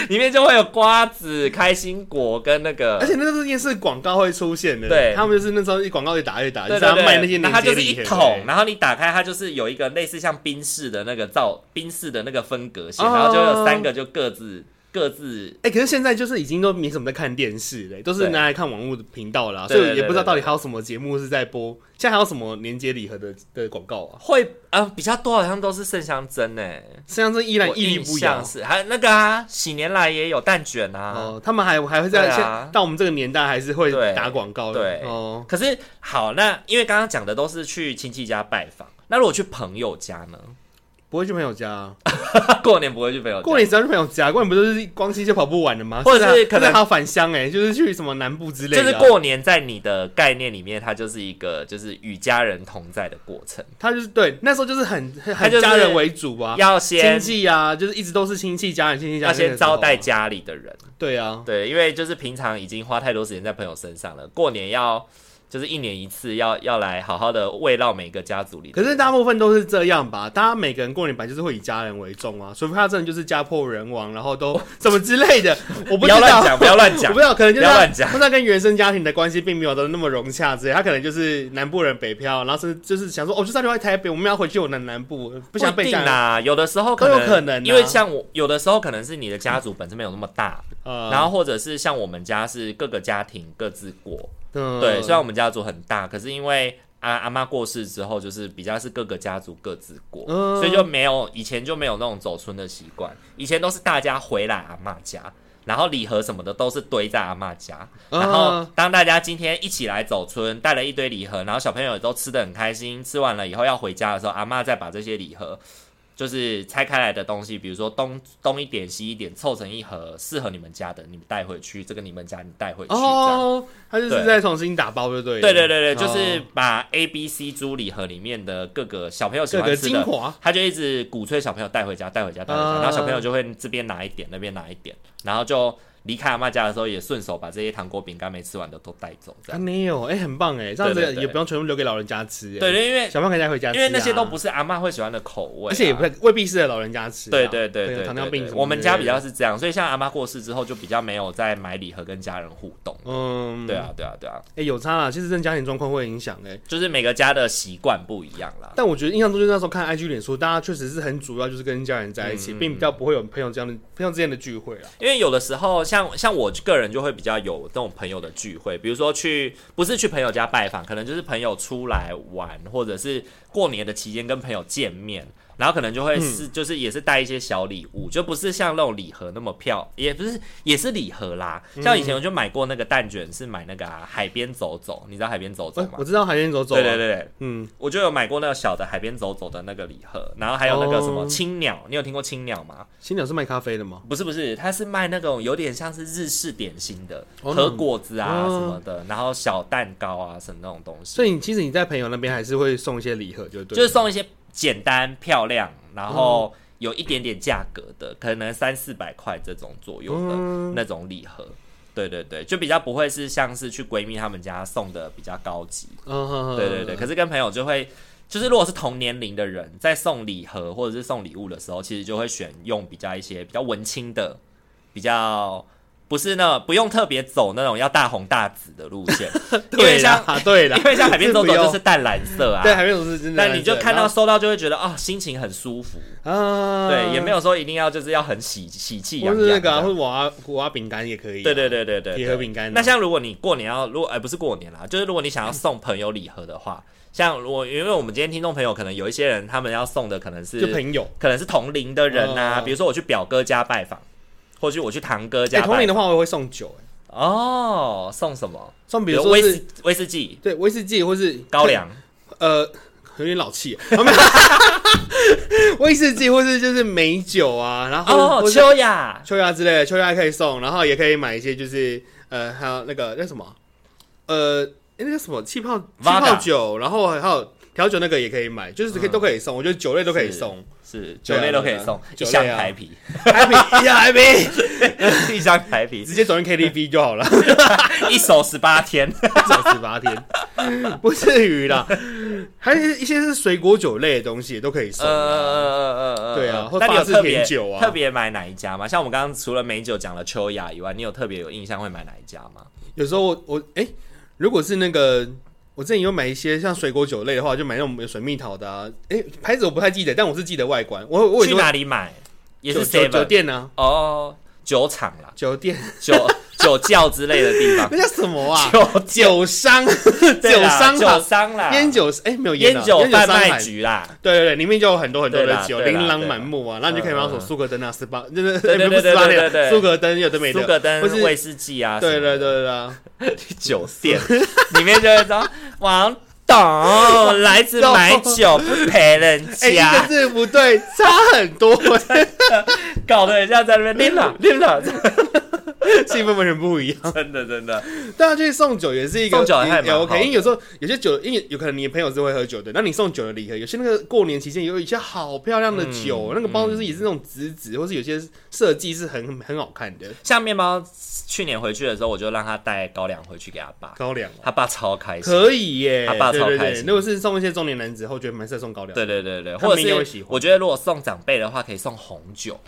Speaker 1: 里面就会有瓜子、开心果跟那个
Speaker 2: 而。且那是电视广告会出现的，
Speaker 1: 对
Speaker 2: 他们就是那时候一广告越打越打，
Speaker 1: 对
Speaker 2: 就
Speaker 1: 对
Speaker 2: 是
Speaker 1: 对，
Speaker 2: 要卖那些
Speaker 1: 然
Speaker 2: 年
Speaker 1: 后它就
Speaker 2: 节
Speaker 1: 是
Speaker 2: 礼
Speaker 1: 一
Speaker 2: 盒
Speaker 1: 桶，然后你打开它就是有一个类似像冰室的那个造冰室的那个分隔线，
Speaker 2: 哦
Speaker 1: 然后就有三个就各自各自
Speaker 2: 哎、可是现在就是已经都没什么在看电视嘞，都是
Speaker 1: 对
Speaker 2: 拿来看网络的频道啦，
Speaker 1: 对
Speaker 2: 所
Speaker 1: 对
Speaker 2: 以也不知道到底还有什么节目是在播。现在还有什么年节礼盒的的广告啊？
Speaker 1: 会啊、呃比较多，好像都是圣香针呢、欸。
Speaker 2: 实际上这依然
Speaker 1: 我
Speaker 2: 屹立
Speaker 1: 印
Speaker 2: 不
Speaker 1: 象
Speaker 2: 摇。
Speaker 1: 是还有那个啊，喜年来也有蛋卷啊。
Speaker 2: 哦，他们还还会在、
Speaker 1: 对啊
Speaker 2: 现到我们这个年代还是会
Speaker 1: 对
Speaker 2: 打广告的。
Speaker 1: 对
Speaker 2: 哦，
Speaker 1: 可是好，那因为刚刚讲的都是去亲戚家拜访，那如果去朋友家呢？
Speaker 2: 不会去朋友家、啊，
Speaker 1: 过年不会去朋友家，
Speaker 2: 过年只要去朋友家，过年不就是光西就跑不完了吗？
Speaker 1: 或者是
Speaker 2: 甚至
Speaker 1: 可能
Speaker 2: 甚至还要返乡哎、就是去什么南部之类
Speaker 1: 就
Speaker 2: 的啊、
Speaker 1: 是过年在你的概念里面，它就是一个就是与家人同在的过程，
Speaker 2: 他就是对那时候就是很很
Speaker 1: 他就是
Speaker 2: 很家人为主啊，
Speaker 1: 要
Speaker 2: 亲
Speaker 1: 先
Speaker 2: 戚啊，就是一直都是亲戚家人，亲戚家
Speaker 1: 要
Speaker 2: 人那
Speaker 1: 先
Speaker 2: 个时候啊
Speaker 1: 招待家里的人，
Speaker 2: 对啊，
Speaker 1: 对，因为就是平常已经花太多时间在朋友身上了，过年要就是一年一次要要来好好的慰劳每个家族里的
Speaker 2: 可
Speaker 1: 人。
Speaker 2: 是大部分都是这样吧，大家每个人过年本来就是会以家人为重啊，除非他真的就是家破人亡，然后都什么之 类的，我
Speaker 1: 不
Speaker 2: 知
Speaker 1: 要乱。
Speaker 2: 道
Speaker 1: 讲，不要乱
Speaker 2: 我
Speaker 1: 讲
Speaker 2: 不。知道，可能就是
Speaker 1: 不要
Speaker 2: 他
Speaker 1: 乱讲
Speaker 2: 不知道跟原生家庭的关系并没有都那么融洽之类，他可能就是南部人北漂，然后甚至就是想说，哦，就算留在台北，我们要回去我的南部， 不想被
Speaker 1: 一定
Speaker 2: 这样
Speaker 1: 啦，有的时候
Speaker 2: 都
Speaker 1: 能，
Speaker 2: 有可能啊
Speaker 1: 因为像我有的时候可能是你的家族本身没有那么大，
Speaker 2: 呃，
Speaker 1: 然后或者是像我们家是各个家庭各自过，
Speaker 2: 嗯
Speaker 1: 对，虽然我们家族很大，可是因为阿阿妈过世之后，就是比较是各个家族各自过，
Speaker 2: 嗯
Speaker 1: 所以就没有以前就没有那种走村的习惯，以前都是大家回来阿妈家。然后礼盒什么的都是堆在阿妈家，
Speaker 2: 嗯
Speaker 1: 然后当大家今天一起来走村，带了一堆礼盒，然后小朋友也都吃的很开心，吃完了以后要回家的时候，阿妈再把这些礼盒就是拆开来的东西，比如说东东一点西一点，凑成一盒适合你们家的，你们带回去，这个你们家你带回去，这样。
Speaker 2: 哦，他就是
Speaker 1: 对
Speaker 2: 在重新打包，就对了，
Speaker 1: 对对对对，就
Speaker 2: 哦
Speaker 1: 是把 A、B、C 猪礼盒里面的各个小朋友喜
Speaker 2: 各
Speaker 1: 欢
Speaker 2: 个
Speaker 1: 吃
Speaker 2: 精
Speaker 1: 的，
Speaker 2: 华，
Speaker 1: 他就一直鼓吹小朋友带回家，带回家，带回家，
Speaker 2: 嗯
Speaker 1: 然后小朋友就会这边拿一点，那边拿一点，然后就离开阿妈家的时候，也顺手把这些糖果、饼干没吃完的都带走，这
Speaker 2: 啊，
Speaker 1: 样。
Speaker 2: 没有，哎、很棒哎，这样
Speaker 1: 对对
Speaker 2: 子
Speaker 1: 对
Speaker 2: 也不用全部留给老人家吃，哎
Speaker 1: 对，对，因为
Speaker 2: 小朋友可以带回家吃、啊
Speaker 1: 因为那些都，不是阿妈会啊喜欢的口味啊、
Speaker 2: 而且也不未必适合老人家吃、啊，
Speaker 1: 对对对对
Speaker 2: 有
Speaker 1: 对，
Speaker 2: 糖尿
Speaker 1: 对
Speaker 2: 病什么
Speaker 1: 我们
Speaker 2: 之
Speaker 1: 家
Speaker 2: 类
Speaker 1: 比
Speaker 2: 的
Speaker 1: 较，是这样，所以像阿妈过世之后，就比较没有再买礼盒跟家人互动。
Speaker 2: 嗯，
Speaker 1: 对，啊，对啊，对啊，
Speaker 2: 哎、有差啊，其实真的家庭状况会影响哎、
Speaker 1: 就是每个家的习惯不一样啦。
Speaker 2: 但我觉得印象中就是那时候看 IG 脸书，大家确实是很主要就是跟家人在一起，
Speaker 1: 嗯
Speaker 2: 并比较不会有朋友这样的朋友之间的聚会啊。
Speaker 1: 因为有的时候像，像我个人就会比较有那种朋友的聚会，比如说去不是去朋友家拜访，可能就是朋友出来玩，或者是过年的期间跟朋友见面，然后可能就
Speaker 2: 嗯
Speaker 1: 会是、就是也是带一些小礼物，就不是像那种礼盒那么漂，也不是也是礼盒啦。
Speaker 2: 嗯
Speaker 1: 像以前我就买过那个蛋卷，是买那个、啊、海边走走，你知道海边走走
Speaker 2: 哎、
Speaker 1: 吗
Speaker 2: 我？知道海边走走、啊，
Speaker 1: 对对，对对，
Speaker 2: 嗯，
Speaker 1: 我就有买过那个小的海边走走的那个礼盒，然后还有那个什么
Speaker 2: 哦
Speaker 1: 青鸟，你有听过青鸟吗？
Speaker 2: 新鸟是卖咖啡的吗？
Speaker 1: 不是不是，它是卖那种有点像是日式点心的，
Speaker 2: 哦
Speaker 1: 和果子啊
Speaker 2: 嗯
Speaker 1: 什么的，然后小蛋糕啊什么那种东西，
Speaker 2: 所以你其实你在朋友那边还是会送一些礼盒，就对了，哦
Speaker 1: 就是送一些简单漂亮，然后有一点点价格的，可能三四百块这种左右的
Speaker 2: 嗯
Speaker 1: 那种礼盒。对对对，就比较不会是像是去闺蜜她们家送的比较高级，
Speaker 2: 嗯哼哼
Speaker 1: 对对对。可是跟朋友就会，就是如果是同年龄的人在送礼盒或者是送礼物的时候，其实就会选用比较一些比较文青的，比较不是那不用特别走那种要大红大紫的路线，因为
Speaker 2: 对
Speaker 1: 像
Speaker 2: 啦，对啦
Speaker 1: 因，为像海边走走
Speaker 2: 是不用
Speaker 1: 就是淡蓝色啊。
Speaker 2: 对海边走是真的，
Speaker 1: 那你就看到收到就会觉得啊、心情很舒服。
Speaker 2: 啊，
Speaker 1: 对，也没有说一定要就是要很喜喜气
Speaker 2: 或
Speaker 1: 洋
Speaker 2: 是
Speaker 1: 洋
Speaker 2: 那个、啊、或
Speaker 1: 的。
Speaker 2: 者娃娃饼干也可以、啊。
Speaker 1: 对对对对对，
Speaker 2: 铁盒饼干啊
Speaker 1: 那像如果你过年要，如果哎、不是过年啦，就是如果你想要送朋友礼盒的话，像如果因为我们今天听众朋友可能有一些人他们要送的可能
Speaker 2: 就是朋友。
Speaker 1: 可能是同龄的人呐、
Speaker 2: 哦
Speaker 1: 比如说我去表哥家拜访，或去我去堂哥
Speaker 2: 哎、
Speaker 1: 家拜
Speaker 2: 同
Speaker 1: 访、
Speaker 2: 龄的话，我会送酒、哎，
Speaker 1: 哦，送什么？
Speaker 2: 送比如说
Speaker 1: 威
Speaker 2: 是
Speaker 1: 士威士忌、
Speaker 2: 对威士忌或是
Speaker 1: 高，粱，
Speaker 2: 呃，有点老气， 啊没有威士忌或是就是美酒啊，然后
Speaker 1: 哦，
Speaker 2: 或是
Speaker 1: 秋雅，
Speaker 2: 秋芽之类的，秋芽可以送，然后也可以买一些就是呃，还有那个那什么，啊呃，诶那个什么气泡气
Speaker 1: Vodka
Speaker 2: 泡酒，然后还有调酒那个也可以买，就是可以、
Speaker 1: 嗯
Speaker 2: 都可以送，我觉得酒类都可以
Speaker 1: 是
Speaker 2: 送，
Speaker 1: 是酒
Speaker 2: 对啊
Speaker 1: 类都可
Speaker 2: 对啊
Speaker 1: 以送，一
Speaker 2: 酒类
Speaker 1: 箱
Speaker 2: 啊
Speaker 1: 台啤，
Speaker 2: 还比一样还比
Speaker 1: 一箱台啤
Speaker 2: 直，接走进 KTV 就好了。
Speaker 1: 一手十八天。
Speaker 2: 走十八天， 不至于啦。还有一些是水果酒类的东西也都可以送。
Speaker 1: 呃呃呃
Speaker 2: 对啊或
Speaker 1: 那你有
Speaker 2: 法式
Speaker 1: 特别
Speaker 2: 甜酒啊
Speaker 1: 特别买哪一家吗？像我们刚刚除了美酒讲了秋雅以外，你有特别有印象会买哪一家吗？
Speaker 2: 有时候我我哎、如果是那个我之前有买一些像水果酒类的话，就买那种有水蜜桃的、啊。哎、牌子我不太记得，但我是记得外观。我我
Speaker 1: 去
Speaker 2: 有时候
Speaker 1: 哪里买？也
Speaker 2: 酒
Speaker 1: 是
Speaker 2: 酒酒
Speaker 1: seven
Speaker 2: 店啊，
Speaker 1: 哦，酒厂啦，
Speaker 2: 酒店
Speaker 1: 酒酒窖之类的地方，
Speaker 2: 那叫什么啊？
Speaker 1: 酒
Speaker 2: 酒商，
Speaker 1: 对
Speaker 2: 酒
Speaker 1: 啦
Speaker 2: 商
Speaker 1: 酒
Speaker 2: 行，
Speaker 1: 商啦，
Speaker 2: 烟酒哎、没有
Speaker 1: 烟
Speaker 2: 啊
Speaker 1: 酒
Speaker 2: 烟酒
Speaker 1: 贩
Speaker 2: 商
Speaker 1: 卖
Speaker 2: 行。
Speaker 1: 局啦，
Speaker 2: 对对对，里面就有很多很多
Speaker 1: 对
Speaker 2: 的
Speaker 1: 啦
Speaker 2: 酒，
Speaker 1: 对啦
Speaker 2: 琳琅
Speaker 1: 对啦
Speaker 2: 满目啊。那你就可以买到什么
Speaker 1: 嗯嗯
Speaker 2: 苏格登啊、斯巴，就是
Speaker 1: 对对
Speaker 2: 不是
Speaker 1: 对
Speaker 2: 斯巴
Speaker 1: 对
Speaker 2: 列
Speaker 1: 对对
Speaker 2: 啊苏格登有的没的，
Speaker 1: 苏格登
Speaker 2: 或是
Speaker 1: 威士忌啊，
Speaker 2: 对
Speaker 1: 什么
Speaker 2: 对对对啊，
Speaker 1: 的，酒店里面就会说往懂，来自买酒不陪人
Speaker 2: 哎、一个
Speaker 1: 家，
Speaker 2: 字不对，差很 多，
Speaker 1: 搞得人家在那边拎了拎了，
Speaker 2: 气氛完全不一样。
Speaker 1: 真的真的，
Speaker 2: 对啊，就是送酒也是一个
Speaker 1: 送酒还蛮
Speaker 2: 也
Speaker 1: 好
Speaker 2: OK，
Speaker 1: 的
Speaker 2: 因为有时候有些酒，因为有可能你的朋友是会喝酒的，那你送酒的礼盒，有些那个过年期间有一些好漂亮的
Speaker 1: 嗯
Speaker 2: 酒，那个包就是也是那种紫紫，或是有些设计是很很好看的
Speaker 1: 像面包去年回去的时候，我就让他带高粱回去给他爸，
Speaker 2: 高粱、啊
Speaker 1: 他爸超开心。
Speaker 2: 可以耶，
Speaker 1: 他爸
Speaker 2: 对
Speaker 1: 超
Speaker 2: 对
Speaker 1: 开
Speaker 2: 对。
Speaker 1: 心
Speaker 2: 如果是送一些中年男子后，觉得蛮适合送高粱。
Speaker 1: 对对对对，
Speaker 2: 他
Speaker 1: 或
Speaker 2: 们应该
Speaker 1: 者
Speaker 2: 会
Speaker 1: 是
Speaker 2: 喜欢
Speaker 1: 我觉得如果送长辈的话，可以送红酒，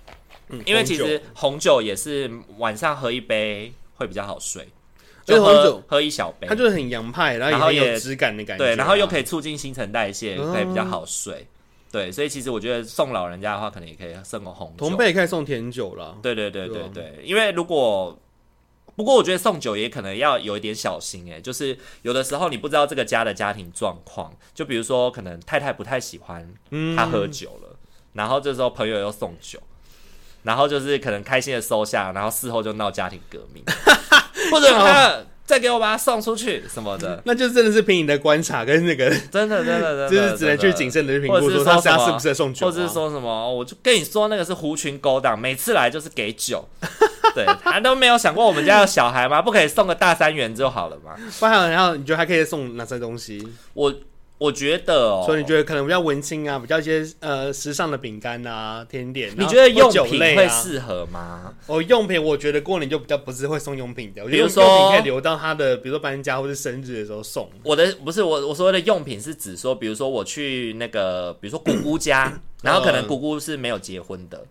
Speaker 2: 嗯，
Speaker 1: 因为其
Speaker 2: 红酒
Speaker 1: 实红酒也是晚上喝一杯会比较好睡，
Speaker 2: 而且
Speaker 1: 就喝
Speaker 2: 哎红酒
Speaker 1: 喝一小杯
Speaker 2: 它，就是很洋派，然
Speaker 1: 然
Speaker 2: 后
Speaker 1: 后
Speaker 2: 也很
Speaker 1: 也
Speaker 2: 有质感的感觉啊、
Speaker 1: 对，然后又可以促进新陈代谢，
Speaker 2: 嗯
Speaker 1: 可以比较好睡。对，所以其实我觉得送老人家的话，可能也可以送个红
Speaker 2: 同
Speaker 1: 酒。
Speaker 2: 辈可以送甜酒啦。
Speaker 1: 对对对
Speaker 2: 对
Speaker 1: 对
Speaker 2: 啊
Speaker 1: 对，因为如果不过我觉得送酒也可能要有一点小心哎、就是有的时候你不知道这个家的家庭状况，就比如说可能太太不太喜欢
Speaker 2: 嗯，
Speaker 1: 他喝酒了，然后这时候朋友又送酒，然后就是可能开心的收下，然后事后就闹家庭革 命，或者
Speaker 2: 哦
Speaker 1: 他再给我把他送出去什么的，
Speaker 2: 那就真的是凭你的观察跟那 个，
Speaker 1: 真的真的真的，
Speaker 2: 就是只能去谨
Speaker 1: 真的。
Speaker 2: 慎的去评
Speaker 1: 或者
Speaker 2: 估
Speaker 1: 是
Speaker 2: 说
Speaker 1: 说
Speaker 2: 他
Speaker 1: 什
Speaker 2: 家
Speaker 1: 么
Speaker 2: 适不适合送酒、啊，
Speaker 1: 或者是说什么，哦我就跟你说那个是狐群狗党，每次来就是给酒， 对，他都没有想过我们家有小孩吗？不可以送个大三元就好了吗？
Speaker 2: 不然然后你觉得还可以送哪些东西？
Speaker 1: 我我觉得哦，
Speaker 2: 所以你觉得可能比较文青啊，比较一些呃时尚的饼干啊、甜点啊、
Speaker 1: 你觉得用
Speaker 2: 或酒
Speaker 1: 品
Speaker 2: 类
Speaker 1: 会
Speaker 2: 啊？
Speaker 1: 适合吗？
Speaker 2: 哦，用品我觉得过年就比较不是会送用品的，我
Speaker 1: 比
Speaker 2: 觉得
Speaker 1: 如
Speaker 2: 用
Speaker 1: 说
Speaker 2: 用品可以留到他的，比如说搬家或是生日的时候送。
Speaker 1: 我的不是我我所谓的用品是指说，比如说我去那个，比如说姑姑
Speaker 2: 嗯
Speaker 1: 家， 然后可能姑姑是没有结婚的，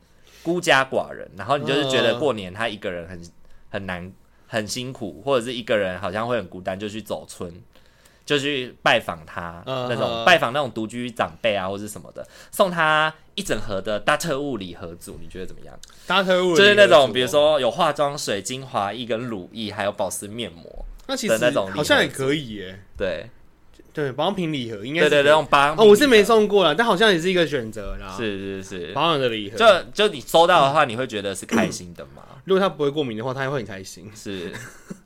Speaker 1: 孤家寡人，然后你就是觉得
Speaker 2: 嗯
Speaker 1: 过年她一个人很很难很辛苦，或者是一个人好像会很孤单，就去走村。就去拜访她
Speaker 2: 嗯
Speaker 1: 那种
Speaker 2: 嗯
Speaker 1: 拜访那种独居长辈啊，或是什么的，送她一整盒的大特务礼盒组，你觉得怎么样？
Speaker 2: 大家可以问我
Speaker 1: 就是那
Speaker 2: 礼盒组
Speaker 1: 种比如，说有化妆水、精华液跟乳液，还有保湿面膜，
Speaker 2: 那其
Speaker 1: 的
Speaker 2: 实
Speaker 1: 那种礼盒
Speaker 2: 好像也可以耶。
Speaker 1: 对
Speaker 2: 对，保养品礼盒应该
Speaker 1: 对
Speaker 2: 是
Speaker 1: 对对，那种八
Speaker 2: 哦，我是没送过啦，但好像也是一个选择啦。
Speaker 1: 是是是，
Speaker 2: 保养的礼盒，
Speaker 1: 就就你收到的话，你会觉得是开心的吗？
Speaker 2: 如果他不会过敏的话，他也会很开心。
Speaker 1: 是，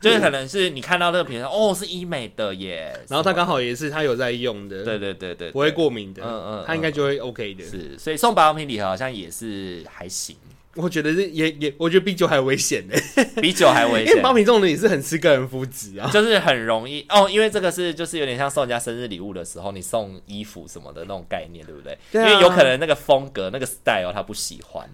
Speaker 1: 就是可能是你看到那个评论，哦，是医美的耶，
Speaker 2: 然后他
Speaker 1: 什么
Speaker 2: 刚好也是他有在用的，
Speaker 1: 对对对对，
Speaker 2: 不会
Speaker 1: 对
Speaker 2: 过敏的，
Speaker 1: 嗯嗯
Speaker 2: 他应该就会 OK 的。
Speaker 1: 是，所以送保养品礼盒好像也是还行，
Speaker 2: 我觉得是也也，我觉得 B 酒还危险呢、
Speaker 1: 比酒还危
Speaker 2: 因为
Speaker 1: 险
Speaker 2: 保。品这种人也是很吃个人肤质啊。
Speaker 1: 就是很容易哦，因为这个是就是有点像送人家生日礼物的时候，你送衣服什么的那种概念，对不对？
Speaker 2: 对啊
Speaker 1: 因为有可能那个风格、那个 style 他不喜欢，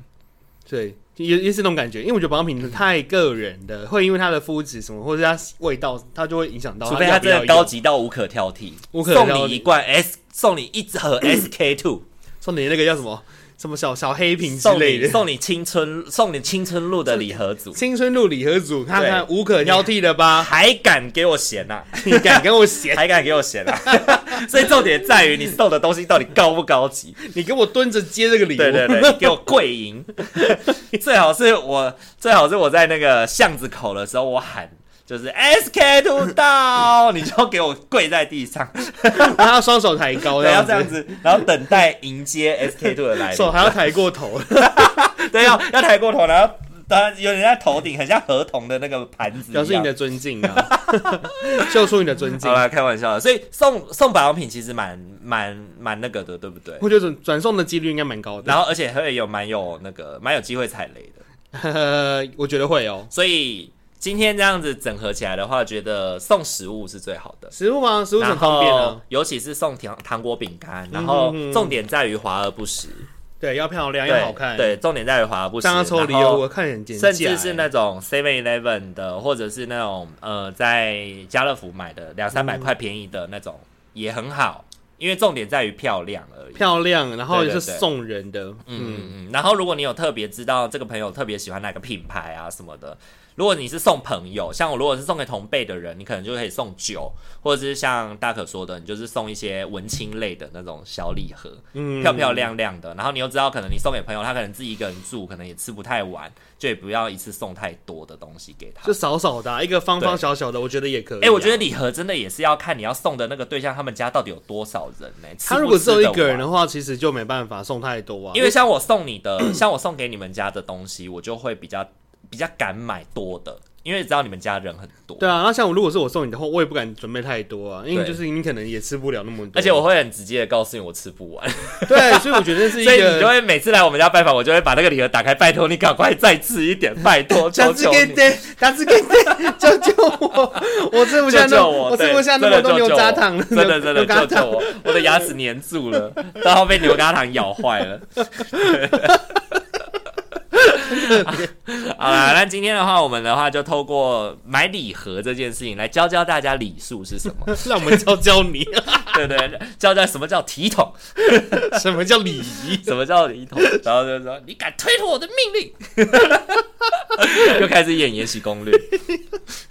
Speaker 2: 对，也也是那种感觉，因为我觉得保养品太个人的，会因为它的肤质什么，或者它味道，它就会影响到。
Speaker 1: 除非他
Speaker 2: 它
Speaker 1: 真的高，级到无可挑剔，
Speaker 2: 无可挑剔
Speaker 1: 送你一罐 S，送你一盒 SK two，
Speaker 2: 送你那个叫什么什么小小黑瓶之
Speaker 1: 送
Speaker 2: 类
Speaker 1: 你
Speaker 2: 的。
Speaker 1: 送你青春 送你青春露的礼盒组，
Speaker 2: 青春露礼盒组，看看无可挑剔 的吧？
Speaker 1: 还敢给我嫌 呐、
Speaker 2: 你敢跟我闲？
Speaker 1: 还敢给我嫌呐、 所以重点在于你送的东西到底高不高级。
Speaker 2: 你给我蹲着接这个礼物？
Speaker 1: 对对对，你给我跪 赢，最好是我最好是我在那个巷子口的时候我喊。就是 SK two 到，你就给我跪在地上，
Speaker 2: 然后 他双手抬高，
Speaker 1: 对，要这样
Speaker 2: 哦子，
Speaker 1: 子，然后等待迎接 SK two 的来 临。
Speaker 2: 手还要抬过头。
Speaker 1: 对，要要抬过头，然后当然有人在头顶，很像合同的那个盘子一
Speaker 2: 表
Speaker 1: 样。
Speaker 2: 示你的尊敬啊， 秀出你的尊敬
Speaker 1: 好。啦，开玩笑的。所以送送保养品其实蛮蛮蛮那个的，对不对？
Speaker 2: 我觉得转转送的几率应该蛮高的，
Speaker 1: 然后而且会有蛮有那个蛮有机会踩雷的。
Speaker 2: 呃， 我觉得会哦。
Speaker 1: 所以今天这样子整合起来的话，觉得送食物是最好的。
Speaker 2: 食物吗？食物
Speaker 1: 然
Speaker 2: 很
Speaker 1: 后
Speaker 2: 方便啊。
Speaker 1: 尤其是送糖糖果、饼干，然
Speaker 2: 嗯
Speaker 1: 后
Speaker 2: 嗯嗯
Speaker 1: 重点在于华而不实，
Speaker 2: 对，要漂亮，
Speaker 1: 对
Speaker 2: 要好看。，
Speaker 1: 对，重点在于华而不实。
Speaker 2: 像他抽哦
Speaker 1: 然
Speaker 2: 礼
Speaker 1: 后
Speaker 2: 盒，我看很欸简洁，
Speaker 1: 甚至是那种 Seven Eleven 的，或者是那种呃在家乐福买的两三
Speaker 2: 嗯
Speaker 1: 百块便宜的那种、也很好，因为重点在于漂亮而已。
Speaker 2: 漂亮，然后
Speaker 1: 对
Speaker 2: 也
Speaker 1: 对
Speaker 2: 是
Speaker 1: 对
Speaker 2: 送人的。
Speaker 1: 嗯嗯
Speaker 2: 嗯，
Speaker 1: 嗯。然后如果你有特别知道这个朋友特别喜欢哪个品牌啊什么的，如果你是送朋友，像我如果是送给同辈的人，你可能就可以送酒，或者是像大可说的，你就是送一些文青类的那种小礼盒。
Speaker 2: 嗯
Speaker 1: 漂漂。亮亮的，然后你又知道，可能你送给朋友，他可能自己一个人住，可能也吃不太完，就也不要一次送太多的东西给他
Speaker 2: 就。少少的啊、一个方方
Speaker 1: 对
Speaker 2: 小小的，我觉得也可以、啊。
Speaker 1: 哎、我觉得礼盒真的也是要看你要送的那个对象，他们家到底有多少人呢、吃
Speaker 2: 他
Speaker 1: 不
Speaker 2: 如果
Speaker 1: 吃
Speaker 2: 只有
Speaker 1: 得
Speaker 2: 一个人
Speaker 1: 完
Speaker 2: 的话，其实就没办法送太多啊。
Speaker 1: 因为 像我送你的，像我送给你们家的东西，我就会比较比较敢买多的，因为知道你们家人很多，
Speaker 2: 对啊，那像我如果是我送你的话，我也不敢准备太多啊，因为
Speaker 1: 对
Speaker 2: 就是你可能也吃不了那么多，
Speaker 1: 而且我会很直接的告诉你我吃不完，
Speaker 2: 对，所以我觉得这是一
Speaker 1: 所以你就
Speaker 2: 个。
Speaker 1: 会每次来我们家拜访，我就会把那个礼盒打开，拜托你赶快再吃一点，拜托，
Speaker 2: 下
Speaker 1: 求
Speaker 2: 次
Speaker 1: 求
Speaker 2: 给
Speaker 1: 你。
Speaker 2: 对，下次给对，救救我！我吃不下
Speaker 1: 救
Speaker 2: 那，
Speaker 1: 救我！
Speaker 2: 我吃
Speaker 1: 对
Speaker 2: 不下那么多牛轧糖了，
Speaker 1: 真的真
Speaker 2: 牛
Speaker 1: 的
Speaker 2: 轧
Speaker 1: 救 救
Speaker 2: 糖。
Speaker 1: 我！我的牙齿粘住了， 然后被牛轧糖咬坏了。 好啦，那今天的话，我们的话就透过买礼盒这件事情来教教大家礼数是什么，
Speaker 2: 让我们教教你啊
Speaker 1: 对对对，教教什么叫体统，
Speaker 2: 什么叫啊礼仪。
Speaker 1: 什么叫体统，然后就说你敢推脱我的命令， 又开始演《延禧攻略》。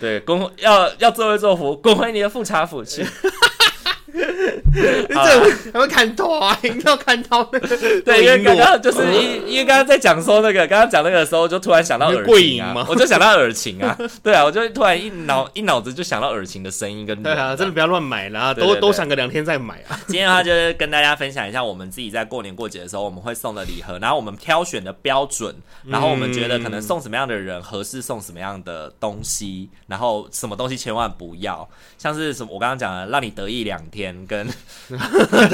Speaker 1: 对，公要要做威做福，滚回你的富察府 去。好啦
Speaker 2: 这还会砍头啊，一定要砍到那个
Speaker 1: 对，因为刚
Speaker 2: 诺
Speaker 1: 刚就是 因因为刚刚在讲说那个，刚刚讲那个的时候，就突然想到耳
Speaker 2: 贵
Speaker 1: 情
Speaker 2: 影
Speaker 1: 啊
Speaker 2: 吗，
Speaker 1: 我就想到耳情啊，对啊，我就突然一脑一脑子就想到耳情的声音跟
Speaker 2: 对
Speaker 1: 人
Speaker 2: 啊，真的不要乱买啦，
Speaker 1: 对对
Speaker 2: 多
Speaker 1: 对
Speaker 2: 多想个两天再买啊。
Speaker 1: 今天的话就是跟大家分享一下我们自己在过年过节的时候我们会送的礼盒，然后我们挑选的标准，然后我们觉得可能送什么样的人合适送什么样的东西，然后什么东西千万不要，像是什么我刚刚讲的让你得意两天，跟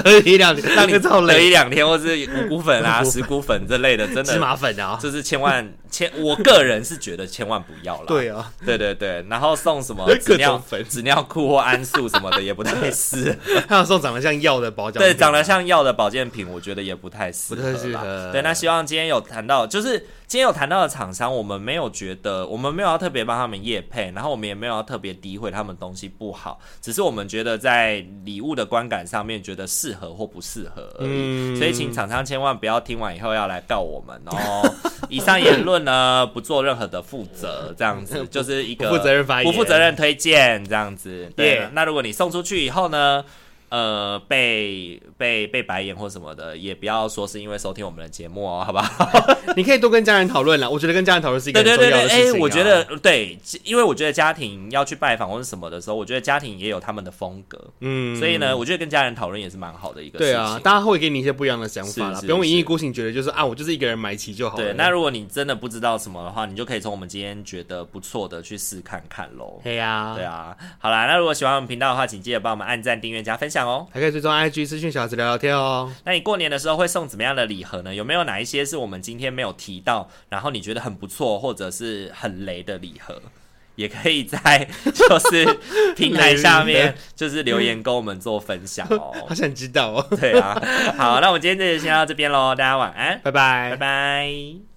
Speaker 2: 得 一两天，
Speaker 1: 让你
Speaker 2: 超
Speaker 1: 得意
Speaker 2: 雷，
Speaker 1: 两天，或是五谷粉啊、石谷粉之类的，真
Speaker 2: 芝
Speaker 1: 的
Speaker 2: 麻粉啊，
Speaker 1: 就是千万千，我个人是觉得千万不要啦。
Speaker 2: 对啊，
Speaker 1: 对对对，然后送什么
Speaker 2: 各
Speaker 1: 纸
Speaker 2: 种
Speaker 1: 尿
Speaker 2: 粉
Speaker 1: 纸尿裤或安素什么的也不太适合。
Speaker 2: 还有送长得像药的保养品啊，
Speaker 1: 对，长得像药的保健品，我觉得也不太适合啦。
Speaker 2: 不太适合
Speaker 1: 对，那希望今天有谈到，就是今天有谈到的厂商，我们没有觉得，我们没有要特别帮他们业配，然后我们也没有要特别诋毁他们东西不好，只是我们觉得在礼物的观感上面，觉得适合或不适合而已。
Speaker 2: 嗯
Speaker 1: 所以，请厂商千万不要听完以后要来告我们 哦。以上言论呢，不做任何的负责，这样 子就是一个
Speaker 2: 不负责任发言
Speaker 1: 不负责任推荐这样子。对
Speaker 2: Yeah
Speaker 1: 那如果你送出去以后呢？呃，被被被白眼或什么的，也不要说是因为收听我们的节目哦，好不好？
Speaker 2: 你可以多跟家人讨论啦。我觉得跟家人讨论是 一个
Speaker 1: 对
Speaker 2: 很
Speaker 1: 对
Speaker 2: 重
Speaker 1: 对
Speaker 2: 要
Speaker 1: 对，哎
Speaker 2: 的事情啊。
Speaker 1: 我觉得对，因为我觉得家庭要去拜访或者什么的时候，我觉得家庭也有他们的风格，
Speaker 2: 嗯，
Speaker 1: 所以呢，我觉得跟家人讨论也是蛮好的一个事情。
Speaker 2: 对啊，大家会给你一些不一样的想法
Speaker 1: 是
Speaker 2: 啦，
Speaker 1: 是
Speaker 2: 不用一意孤行，觉得就是啊，我就是一个人买齐就好了。
Speaker 1: 对，那如果你真的不知道什么的话，你就可以从我们今天觉得不错的去试看看喽。
Speaker 2: 对呀
Speaker 1: 对，啊，好啦，那如果喜欢我们频道的话，请记得帮我们按赞、订阅、加分享哦。
Speaker 2: 还可以追踪 IG 私讯小子聊聊天哦。
Speaker 1: 那你过年的时候会送怎么样的礼盒呢？有没有哪一些是我们今天没有提到，然后你觉得很不错或者是很雷的礼盒？也可以在就是平台下 面就是留言跟我们做分享哦。
Speaker 2: 好想 知道哦，
Speaker 1: 对啊，好，那我们今天这就先到这边喽，大家晚安，
Speaker 2: 拜拜
Speaker 1: 拜。拜。